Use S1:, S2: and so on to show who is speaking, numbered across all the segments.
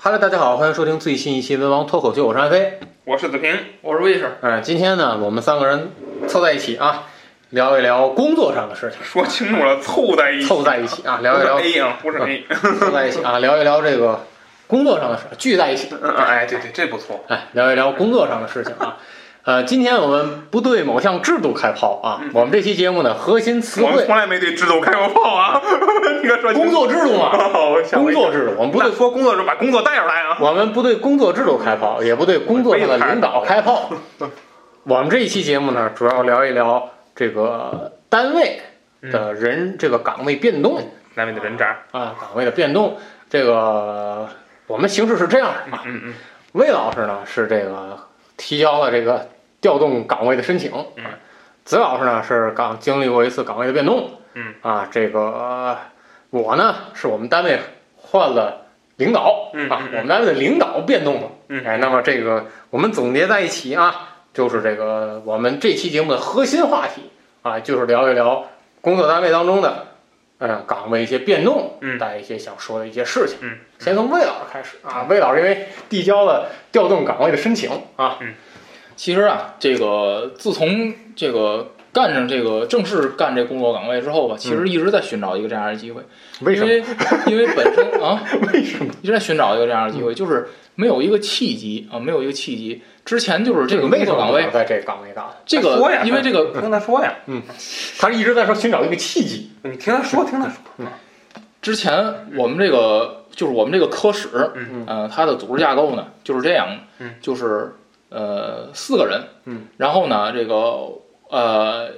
S1: Hello，大家好，欢迎收听最新一期《文王脱口秀》，我是安飞。
S2: 我是子平，
S3: 我是卫士，
S1: 嗯，今天呢，我们三个人凑在一起啊，聊一聊工作上的事情，
S2: 说清楚了，凑在一起，
S1: 凑在一起 啊，聊
S2: 不
S1: 一
S2: 是
S1: 聊
S2: A 啊，不是 A，
S1: 凑在一起啊，聊一聊这个工作上的事，聚在一起，
S2: 嗯哎，对对，这不错，
S1: 哎，聊一聊工作上的事情啊。呃，今天我们不对某项制度开炮啊，我们这期节目呢，核心词
S2: 嗯我们
S1: 汇
S2: 从来没对制度开过炮啊， 你可说清
S1: 工作制度嘛，
S2: 哦，我吓我
S1: 工
S2: 一跳
S1: 作制度，我们不
S2: 不
S1: 对
S2: 是说工作时候把工作带出来 啊，
S1: 我们不对工作制度开炮，也不对工作上的领导开炮。我们这一期节目呢，主要聊一聊这个单位的人这个岗位变动
S2: 难为的人渣，
S1: 啊，岗位的变动。这个我们形式是这样的啊，
S2: 嗯嗯
S1: 魏老师呢是这个提交了这个调动岗位的申请，
S2: 嗯
S1: 子老师呢是岗经历过一次岗位的变动，
S2: 嗯
S1: 啊，这个呃我呢是我们单位换了领导、
S2: 嗯
S1: 啊
S2: 嗯，嗯
S1: 我们单位的领导变动了，
S2: 嗯
S1: 哎，那么这个我们总结在一起啊，就是这个我们这期节目的核心话题啊，就是聊一聊工作单位当中的。嗯，岗位一些变动，
S2: 嗯
S1: 带一些想说的一些事情。
S2: 嗯，
S1: 先从魏老师开始啊，魏老师因为递交了调动岗位的申请啊，
S3: 其实啊，这个自从这个干上这个正式干这工作岗位之后吧，其实一直在寻找一个这样的机会，
S1: 为什
S3: 因
S1: 么？
S3: 为因为本身啊，
S1: 为什么？
S3: 一直在寻找一个这样的机会，就是没有一个契机啊，没有一个契机。之前就是这个
S1: 为
S3: 工
S1: 什
S3: 作
S1: 么
S3: 岗
S1: 不
S3: 位
S1: 想，在这个岗位干？
S3: 这
S2: 他说呀
S3: 个
S2: 他
S3: 因为这个
S2: 听他说呀，
S1: 他一直在说寻找一个契机。
S2: 你听他说，听他说，
S3: 之前我们这个就是我们这个科室，
S2: 嗯
S1: 嗯
S3: 呃，它的组织架构呢就是这样，
S2: 嗯
S3: 就是呃四个人，
S1: 嗯，
S3: 然后呢这个呃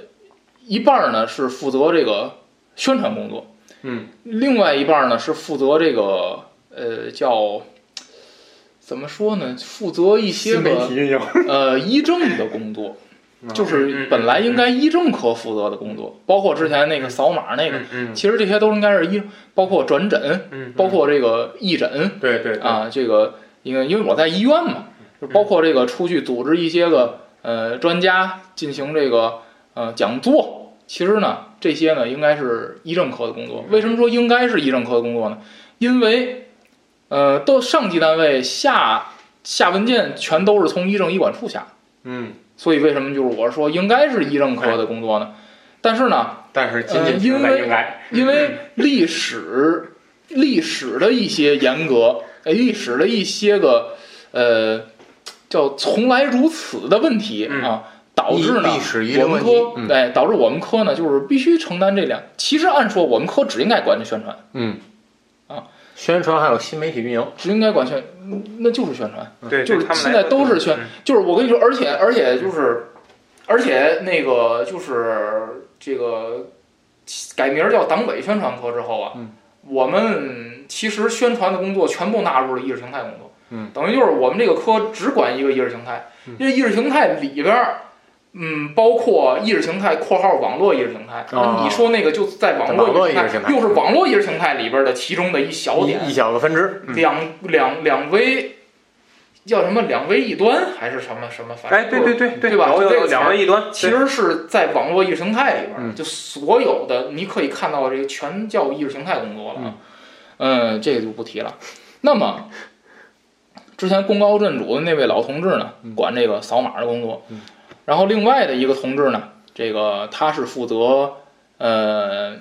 S3: 一半儿呢是负责这个宣传工作，
S1: 嗯，
S3: 另外一半儿呢是负责这个呃叫怎么说呢，负责一些
S1: 新媒体
S3: 个
S1: 啊嗯运营，
S3: 呃医政的 工作。就是本来应该医政科负责的工作，包括之前那个扫码那个，
S2: 嗯嗯
S3: 其实这些都应该是医，包括转诊，
S2: 嗯，
S3: 包括这个义诊，
S1: 对对，
S3: 啊，这个因为因为我在医院嘛，
S2: 嗯
S3: 就包括这个出去组织一些个呃专家进行这个呃讲座，其实呢这些呢应该是医政科的工
S2: 嗯
S3: 作。为什么说应该是医政科的工作呢？因为呃，都上级单位下下文件全都是从医政医管处下，
S1: 嗯，
S3: 所以为什么就是我说应该是医政科
S2: 哎
S3: 的工作呢？但是呢，
S1: 但是仅仅
S3: 呃
S1: 停
S3: 因
S1: 在
S3: 为
S1: 应该，
S3: 因为历史历史的一些严格，呃，历史的一些个呃叫从来如此的问题
S2: 嗯
S3: 啊，导致呢
S1: 历历史遗
S3: 我
S1: 留
S3: 们
S1: 问题
S3: 科
S1: 嗯
S3: 哎导致我们科呢就是必须承担这两。其实按说我们科只应该管这宣传，
S1: 嗯
S3: 啊，
S1: 宣传还有新媒体运营，
S3: 只应该管宣，嗯那就是宣传。
S2: 对，
S3: 就是
S2: 对他们
S3: 现在都是宣
S2: 嗯
S3: 就是我跟你说，而且而且就是，而且那个就是这个改名儿叫党委宣传科之后啊，
S1: 嗯
S3: 我们其实宣传的工作全部纳入了意识形态工作，
S1: 嗯
S3: 等于就是我们这个科只管一个意识形态，
S1: 嗯
S3: 因为意识形态里边儿。嗯，包括意识形态（括号网络意识形态），
S1: 啊
S3: 那你说那个就在网
S1: 网
S3: 络
S1: 络
S3: 意
S1: 意
S3: 识
S1: 识
S3: 形
S1: 形
S3: 态，
S1: 态
S3: 又是网络意识形态里边儿的其中的一小点，
S1: 一一小个分支。嗯
S3: 两两两微，叫什么两微一端还是什么什么？反正
S2: 哎，对对对
S3: 对吧
S2: 有
S3: 这
S2: 有
S3: 个
S2: 有两
S3: 词儿
S2: 位一端，
S3: 其实是在网络意识形态里边儿，
S1: 嗯
S3: 就所有的你可以看到的这个全叫意识形态工作了啊。嗯，这个就不提了。那么，之前功高震主的那位老同志呢，
S2: 嗯
S3: 管这个扫码的工作，
S1: 嗯
S3: 然后另外的一个同志呢，这个他是负责呃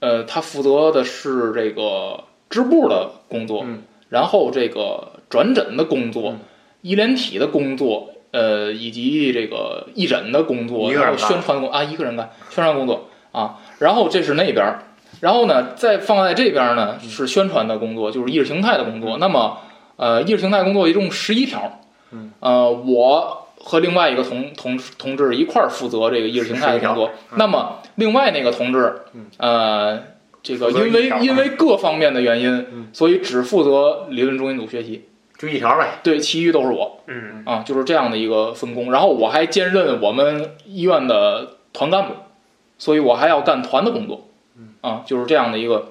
S3: 呃，他负责的是这个支部的工作，
S1: 嗯
S3: 然后这个转诊的工作，
S1: 嗯
S3: 医联体的工作，呃，以及这个义诊的工作，
S1: 一个人
S3: 然后
S1: 干
S3: 宣传工啊，一个人干宣传工作啊。然后这是那边儿，然后呢，再放在这边儿呢
S1: 嗯
S3: 是宣传的工作，就是意识形态的工作。那么，呃，意识形态工作一共十一条，
S1: 嗯，
S3: 呃，我和另外一个同同同志一块儿负责这个意识形态的工作。
S1: 嗯
S3: 那么，另外那个同志
S1: 嗯，
S3: 呃，这个
S1: 负责
S3: 因
S1: 一
S3: 为
S1: 条啊
S3: 因为各方面的原
S1: 嗯
S3: 因，所以只负责理论中心组学习，
S1: 就一条呗，
S3: 对，其余都是我。
S2: 嗯，
S3: 啊，就是这样的一个分工。然后我还兼任我们医院的团干部，所以我还要干团的工作
S1: 嗯。
S3: 啊，就是这样的一个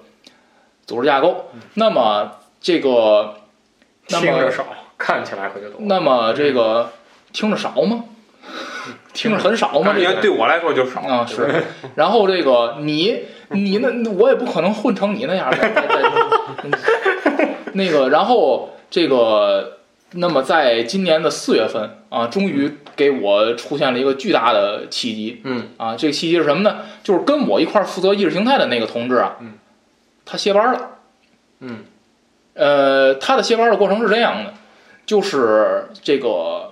S3: 组织架构。那么这个，那
S1: 听着
S3: 么
S1: 少，看起来可就懂了。
S3: 那么这个听着少吗？
S1: 嗯
S3: 听着很少吗？
S2: 感
S3: 这个
S2: 觉啊对我来说就是少，
S3: 啊是。然后这个你你那我也不可能混成你那样的，在在那那个，然后这个，那么在今年的四月份啊，终于给我出现了一个巨大的契机。
S1: 嗯，
S3: 啊，这个契机是什么呢？就是跟我一块儿负责意识形态的那个同志啊，
S1: 嗯，
S3: 他歇班了。
S1: 嗯，
S3: 呃，他的歇班的过程是这样的，就是这个。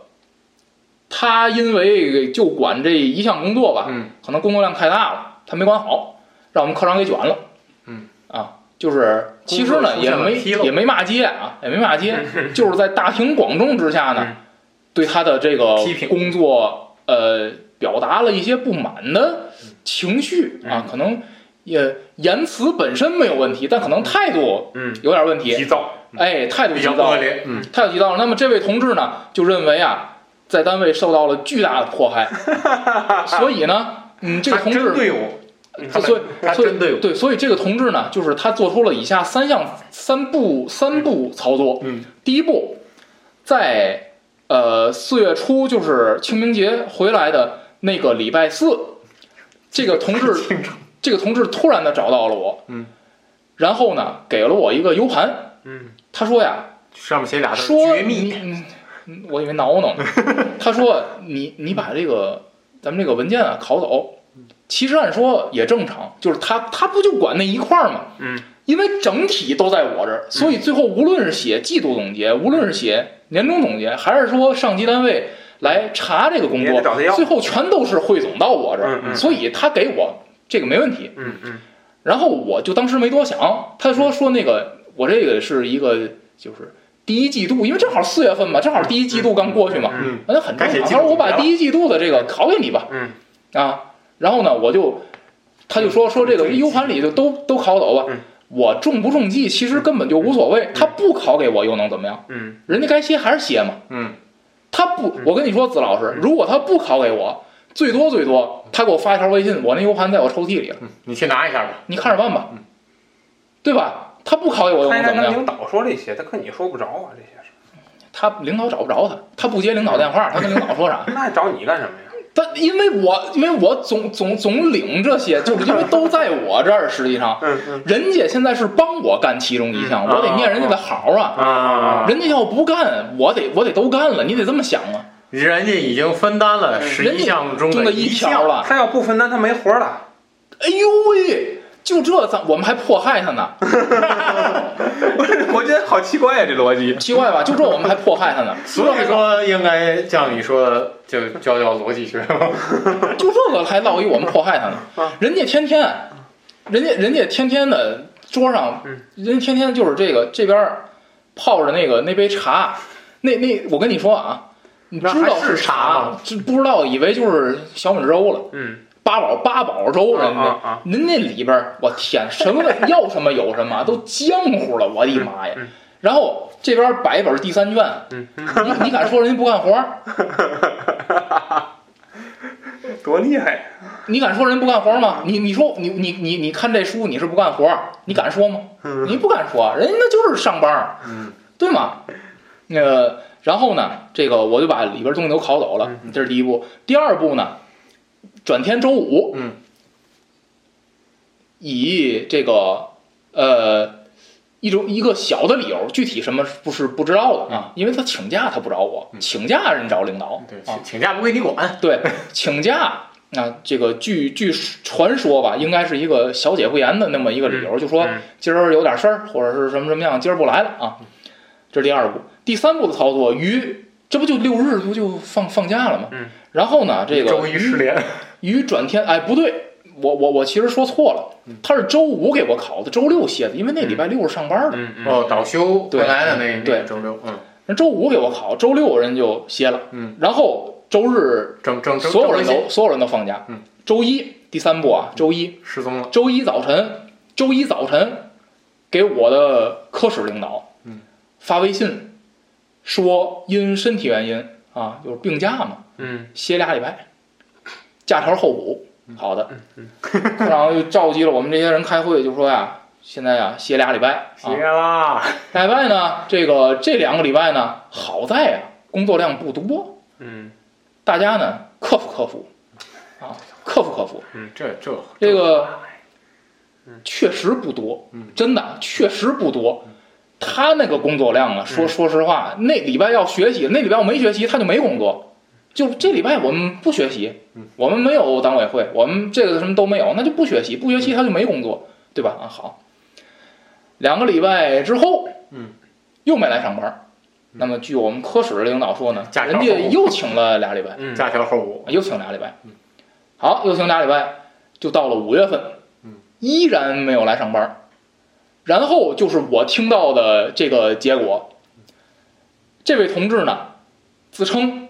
S3: 他因为就管这一项工作吧，
S1: 嗯，
S3: 可能工作量太大了，他没管好，让我们科长给卷了。
S1: 嗯，
S3: 啊，就是其实呢
S1: 工作出
S3: 也
S1: 现了
S3: 没
S1: 纰漏嗯
S3: 也没骂街啊，也没骂街， 就是在大庭广众之下呢，对他的这个
S1: 批评
S3: 工作呃表达了一些不满的情绪
S1: 嗯
S3: 啊，可能也言辞本身没有问题，但可能态度
S2: 嗯
S3: 有点问题，
S2: 急躁，
S3: 哎，态度
S1: 比
S3: 急
S1: 较
S3: 躁
S1: 恶，劣，嗯，
S3: 他有提到，那么这位同志呢，就认为啊，在单位受到了巨大的迫 害，所以呢，嗯，这个
S1: 他
S3: 同
S1: 真
S3: 志，
S1: 对我，
S2: 他
S3: 所以
S1: 他
S3: 所以
S1: 真对我，
S3: 对，所以这个同志呢，就是他做出了以下三项三步三步操作。
S1: 嗯，
S3: 第一步，在呃四月初，就是清明节回来的那个礼拜四，这个同志
S1: 清楚，
S3: 这个同志突然的找到了我，
S1: 嗯，
S3: 然后呢，给了我一个 U 盘，
S2: 嗯，
S3: 他说呀，
S1: 上面写俩字儿
S3: 说
S1: 绝密，
S3: 你，嗯我以为挠挠呢。 他说你你把这个咱们这个文件啊拷走，
S2: 嗯
S3: 其实按说也正常，就是他他不就管那一块儿嘛，
S2: 嗯，
S3: 因为整体都在我这儿，所以最后无论是写季度总结，无论是写年终总结，还是说上级单位来查这个工
S2: 你也
S3: 作
S2: 得找他要，
S3: 最后全都是汇总到我这
S2: 嗯
S3: 儿，
S2: 嗯
S3: 所以他给我这个没问题，
S2: 嗯嗯
S3: 然后我就当时没多想，他说说那个我这个是一个就是第一季度，因为正好四月份嘛，正好第一季度刚过去嘛，
S1: 嗯，
S3: 那很正
S1: 该写
S3: 常。
S1: 季
S3: 他
S1: 度
S3: 说我把
S1: 总结了
S3: 第一季度的这个拷给你吧，
S2: 嗯
S3: 啊，然后呢我就他就说说这个
S2: 这一季
S3: U 盘里就都都拷走吧
S2: 嗯，
S3: 我中不中计其实根本就无所谓，他不拷给我又能怎么样？
S2: 嗯
S3: 人家该歇还是歇嘛，
S1: 嗯，
S3: 他不
S2: 嗯，
S3: 我跟你说，子老师，如果他不拷给我，最多最多他给我发一条微信，我那 U 盘在我抽屉里了。
S1: 嗯你去拿一下吧，
S3: 你看着办吧，对吧？他不考虑我又
S2: 嗯，他
S3: 能
S2: 应该
S3: 怎么
S2: 跟
S3: 样？
S2: 领导说这些，他跟你说不着啊，这些事儿，？
S3: 他领导找不着他，他不接领导电话，他跟领导说啥
S2: 嗯 那找你干什么呀？
S3: 他因为我因为我总总总领这些，就是因为都在我这儿，实际上
S2: 嗯嗯
S3: 人家现在是帮我干其中一项，
S1: 嗯
S3: 我得念人家的好
S2: 嗯
S3: 啊。
S1: 啊，
S3: 人家要不干，我得我得都干了，你得这么想啊。
S1: 人家已经分担了十
S3: 人
S1: 一
S3: 家
S1: 项中
S3: 中
S1: 的
S3: 的
S1: 一
S3: 一
S1: 项
S3: 条了，
S2: 他要不分担，他没活了。
S3: 哎呦喂，就这咱我们还迫害他呢，
S2: 我觉得好奇怪呀，啊这逻辑。
S3: 奇怪吧？就这我们还迫害他呢，
S1: 所以说应该像你说的，就教教逻辑 学。
S3: 就这个还落一我们迫害他呢
S1: 嗯
S2: 啊？
S3: 人家天天，人家人家天天的桌上
S2: 嗯，
S3: 人家天天就是这个这边儿泡着那个那杯茶，那那我跟你说啊，你知
S1: 那
S3: 道
S1: 还是茶
S3: 茶
S1: 吗，
S3: 知不知道以为就是小米粥了，
S2: 嗯，
S3: 八宝八宝粥
S1: 嗯
S2: 啊
S3: 人家。
S2: 啊
S3: 您那里边儿，我天，什 么要什么有什么，都浆糊了，我的妈呀
S2: 嗯嗯！
S3: 然后这边儿摆一本第三卷，
S2: 嗯
S3: 你你敢说人家不干活儿？
S2: 啊，多厉害呀！
S3: 你敢说人不干活吗？你你说你你你你看这书你是不干活，你敢说吗？
S2: 嗯
S3: 你不敢说，人家那就是上班，
S1: 嗯，
S3: 对吗？那、个，然后呢，这个我就把里边东西都拷走了，
S1: 嗯
S3: 这是第一步。第二步呢，转天周五，
S1: 嗯，
S3: 以这个呃一种一个小的理由，具体什么不是不知道的
S1: 嗯
S3: 啊，因为他请假他不找我，请假人找领导，
S1: 对，
S3: 啊
S1: 请请假不归你管。
S3: 对，请假。那、这个据据传说吧，应该是一个小姐不言的那么一个理由，就说
S2: 嗯
S3: 今儿有点事儿，或者是什么什么样，今儿不来了啊。这是第二步，第三步的操作，于这不就六日不就放放假了吗？
S2: 嗯
S3: 然后呢，这个
S1: 周一失联，
S3: 于转天，哎，不对，我我我其实说错了，他是周五给我考的，周六歇的，因为那礼拜六是上班的。
S2: 嗯嗯嗯
S1: 哦，倒休
S3: 对
S1: 回来的那
S3: 对
S1: 那周六，嗯，
S3: 人周五给我考，周六人就歇了。
S1: 嗯，
S3: 然后周日
S1: 整整整
S3: 所有人
S1: 整
S3: 都所有人都放假。
S1: 嗯，
S3: 周一第三步啊，周一
S1: 失踪了。
S3: 周一早晨，周一早晨给我的科室领导，
S1: 嗯，
S3: 发微信说因身体原因啊，就是病假嘛，
S2: 嗯
S3: 歇俩礼拜，假条候补。好的，
S2: 嗯，
S3: 科长就召集了我们这些人开会，就说呀，现在呀歇俩礼拜啊，
S1: 啦，
S3: 俩礼拜呢，这个这两个礼拜呢，好在啊工作量不多，
S2: 嗯
S3: 大家呢克服克服，
S1: 嗯
S3: 啊克服克服，
S1: 这这
S3: 这个
S2: 嗯
S3: 确实不多
S1: 嗯，
S3: 真的确实不多。他那个工作量啊，
S2: 嗯
S3: 说说实话，那礼拜要学习，那礼拜我没学习，他就没工作。就这礼拜我们不学习
S2: 嗯，
S3: 我们没有党委会，我们这个什么都没有，那就不学习，不学习
S2: 嗯
S3: 他就没工作，对吧？啊，好，两个礼拜之后，
S2: 嗯，
S3: 又没来上班。
S2: 嗯
S3: 那么据我们科室的领导说呢，
S1: 加条
S3: 人
S1: 后
S3: 家又请了俩礼拜，
S2: 嗯
S1: 加条后补，
S3: 又请俩礼拜
S2: 嗯，
S3: 好，又请俩礼拜，就到了五月份
S2: 嗯，
S3: 依然没有来上班儿。然后就是我听到的这个结果，这位同志呢，自称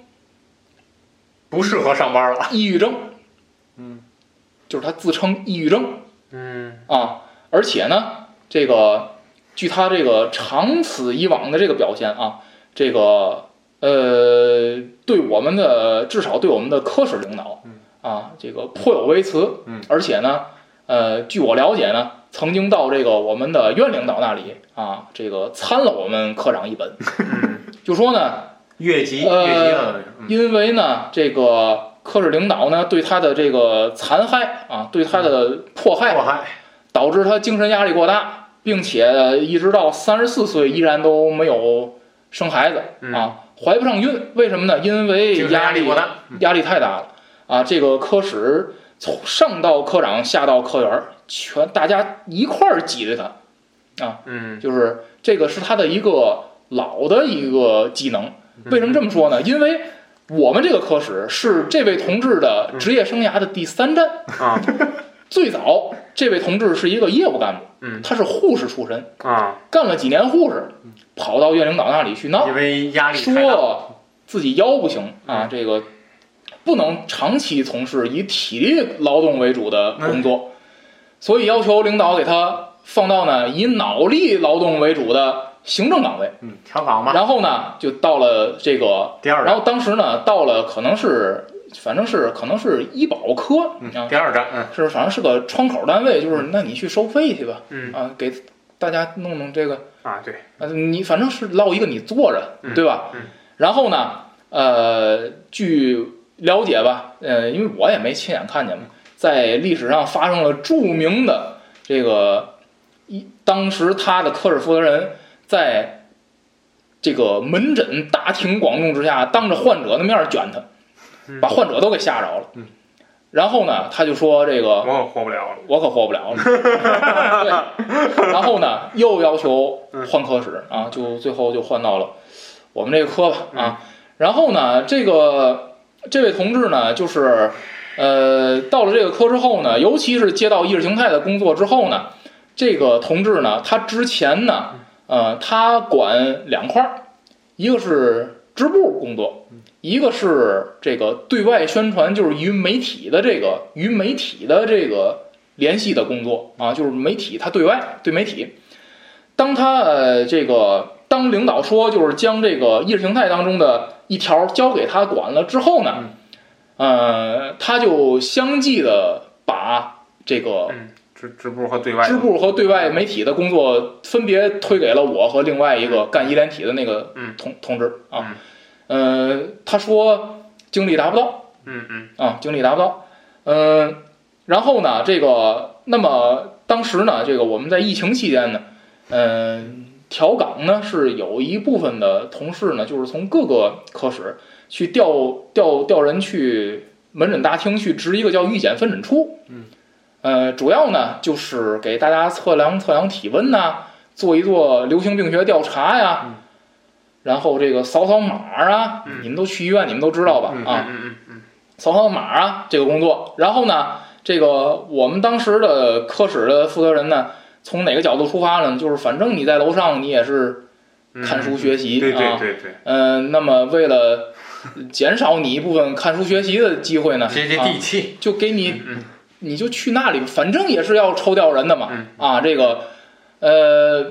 S1: 不适合上班了。
S3: 抑郁症，
S2: 嗯，
S3: 就是他自称抑郁症，
S1: 嗯，
S3: 啊，而且呢，这个据他这个长此以往的这个表现啊，这个呃，对我们的至少对我们的科室领导
S2: 嗯
S3: 啊，这个颇有微词。
S2: 嗯，
S3: 而且呢，呃，据我了解呢，曾经到这个我们的院领导那里啊，这个参了我们科长一本， 就说呢，
S2: 越级
S3: 呃
S2: 越级了，嗯
S3: 因为呢，这个科室领导呢对他的这个残害啊，对他的迫害
S2: 祸害，
S3: 导致他精神压力过大，并且一直到三十四岁依然都没有生孩子、
S2: 嗯
S3: 啊，怀不上孕。为什么呢？因为
S1: 精神
S3: 压
S1: 力过大，嗯
S3: 压力太大了啊！这个科室从上到科长，下到科员，全大家一块儿挤着他，
S1: 嗯，
S3: 就是这个是他的一个老的一个技能。
S2: 嗯
S3: 为什么这么说呢？因为我们这个科室是这位同志的职业生涯的第三站。
S2: 啊
S3: 最早，这位同志是一个业务干部，
S2: 嗯
S3: 他是护士出身，
S2: 啊，
S3: 干了几年护士，跑到院领导那里去闹
S1: 因，为压力太大，
S3: 啊说自己腰不行啊，这个不能长期从事以体力劳动为主的工作，所以要求领导给他放到呢以脑力劳动为主的行政岗位。
S1: 嗯，调岗吧。
S3: 然后呢，就到了这个，
S1: 第二
S3: 然
S1: 站，
S3: 后当时呢，到了可能是，反正是可能是医保科啊，
S1: 第二站，嗯，
S3: 是反正是个窗口单位，就是那你去收费去吧，
S2: 嗯
S3: 啊，给大家弄弄这个，
S2: 啊对，
S3: 呃，你反正是落一个你坐着，
S2: 嗯
S3: 对吧？
S2: 嗯
S3: 然后呢，呃，据了解吧，呃，因为我也没亲眼看见嘛，在历史上发生了著名的这个一，当时他的科室负责人在这个门诊大庭广众之下，当着患者的面卷他，
S2: 嗯
S3: 把患者都给吓着了。
S2: 嗯
S3: 然后呢，他就说这个
S2: 我可活不了了，
S3: 我可活不了 了。对，然后呢，又要求换科室啊，就最后就换到了我们这个科吧啊。然后呢，这个这位同志呢，就是呃，到了这个科之后呢，尤其是接到意识形态的工作之后呢，这个同志呢，他之前呢，呃，他管两块儿，一个是支部工作。一个是这个对外宣传，就是与媒体的这个与媒体的这个联系的工作啊，就是媒体他对外对媒体，当他呃这个当领导说就是将这个意识形态当中的一条交给他管了之后呢，
S2: 嗯
S3: 呃，他就相继的把这个
S2: 支支部和对外
S3: 支部和对外媒体的工作分别推给了我和另外一个干医联体的那个
S2: 嗯
S3: 同同志啊，呃，他说精力达不到，
S2: 嗯嗯
S3: 啊，精力达不到。嗯、然后呢，这个那么当时呢，这个我们在疫情期间呢，嗯、调岗呢是有一部分的同事呢，就是从各个科室去调调调人去门诊大厅去值一个叫预检分诊处。
S2: 嗯。
S3: 呃，主要呢就是给大家测量测量体温呐、做一做流行病学调查呀，
S2: 嗯
S3: 然后这个扫扫码啊，
S2: 嗯
S3: 你们都去医院，你们都知道吧？
S1: 嗯
S3: 啊，
S2: 嗯嗯
S3: 扫扫码啊这个工作。然后呢，这个我们当时的科室的负责人呢，从哪个角度出发呢？就是反正你在楼上你也是
S2: 嗯，
S3: 看书学习、
S2: 嗯，对
S3: 啊
S2: 对，对对，
S3: 嗯、那么为了减少你一部分看书学习的机会呢，
S1: 接接
S3: 啊
S1: 地气，
S3: 就给你
S2: 嗯嗯
S3: 你就去那里，反正也是要抽调人的嘛。
S2: 嗯
S3: 啊，这个，呃，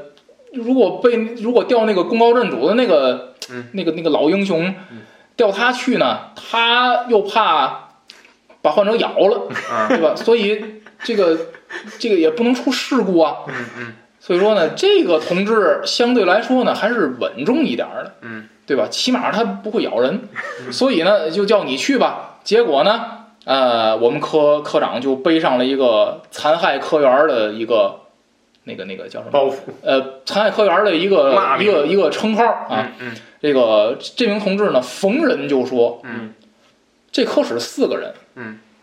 S3: 如果被如果调那个功高震主的那个、
S2: 嗯
S3: 那个那个老英雄，调他去呢，他又怕把患者咬 了，
S2: 啊
S3: 对吧？所以这个这个也不能出事故啊。
S2: 嗯嗯
S3: 所以说呢，这个同志相对来说呢，还是稳重一点儿的，
S2: 嗯，
S3: 对吧？起码他不会咬人，所以呢，就叫你去吧。结果呢，呃，我们科科长就背上了一个残害科员儿的一个那个那个叫什么？
S1: 包袱
S3: 呃，残害科员的一个
S2: 骂
S3: 一
S2: 名
S3: 个一个称号啊。
S2: 嗯嗯
S3: 这个这名同志呢，逢人就说
S2: 嗯
S3: 这科室四个人，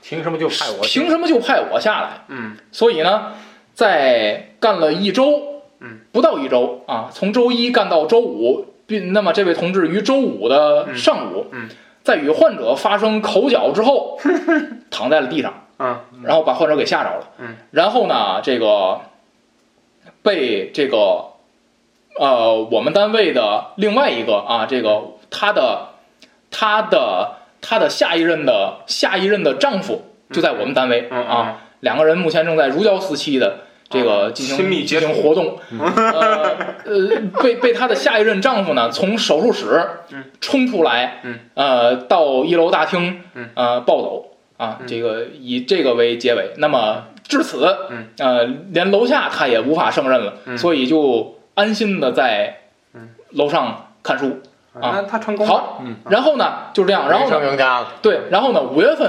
S1: 凭什么就派我？
S3: 凭什么就派我下来？
S2: 嗯
S3: 所以呢，在干了一周，
S2: 嗯，
S3: 不到一周啊，从周一干到周五，并那么这位同志于周五的上午，
S2: 嗯嗯
S3: 在与患者发生口角之 后，躺在了地上，
S2: 嗯
S3: 然后把患者给吓着了，
S2: 嗯，
S3: 然后呢，这个被这个呃我们单位的另外一个啊，这
S2: 嗯
S3: 个他的他的他的下一任的下一任的丈夫就在我们单位、
S2: 嗯
S3: 啊。两个人目前正在如胶似漆的这个
S2: 啊
S3: 进行
S2: 亲密
S3: 进
S2: 接触
S3: 行活动，
S1: 嗯
S3: 呃呃，被被她的下一任丈夫呢从手术室
S2: 嗯
S3: 冲出来，
S2: 嗯
S3: 呃，到一楼大厅
S2: 嗯，
S3: 呃，暴走啊，
S2: 嗯
S3: 这个以这个为结尾。那么至此
S2: 嗯，
S3: 呃，连楼下她也无法胜任了，
S2: 嗯
S3: 所以就安心的在
S2: 嗯
S3: 楼上看书。啊
S2: 那他成功了，
S3: 好
S1: 嗯，
S3: 然后呢就这样，然后
S1: 人
S3: 呢
S1: 生赢家了，
S3: 对，然后呢，五月份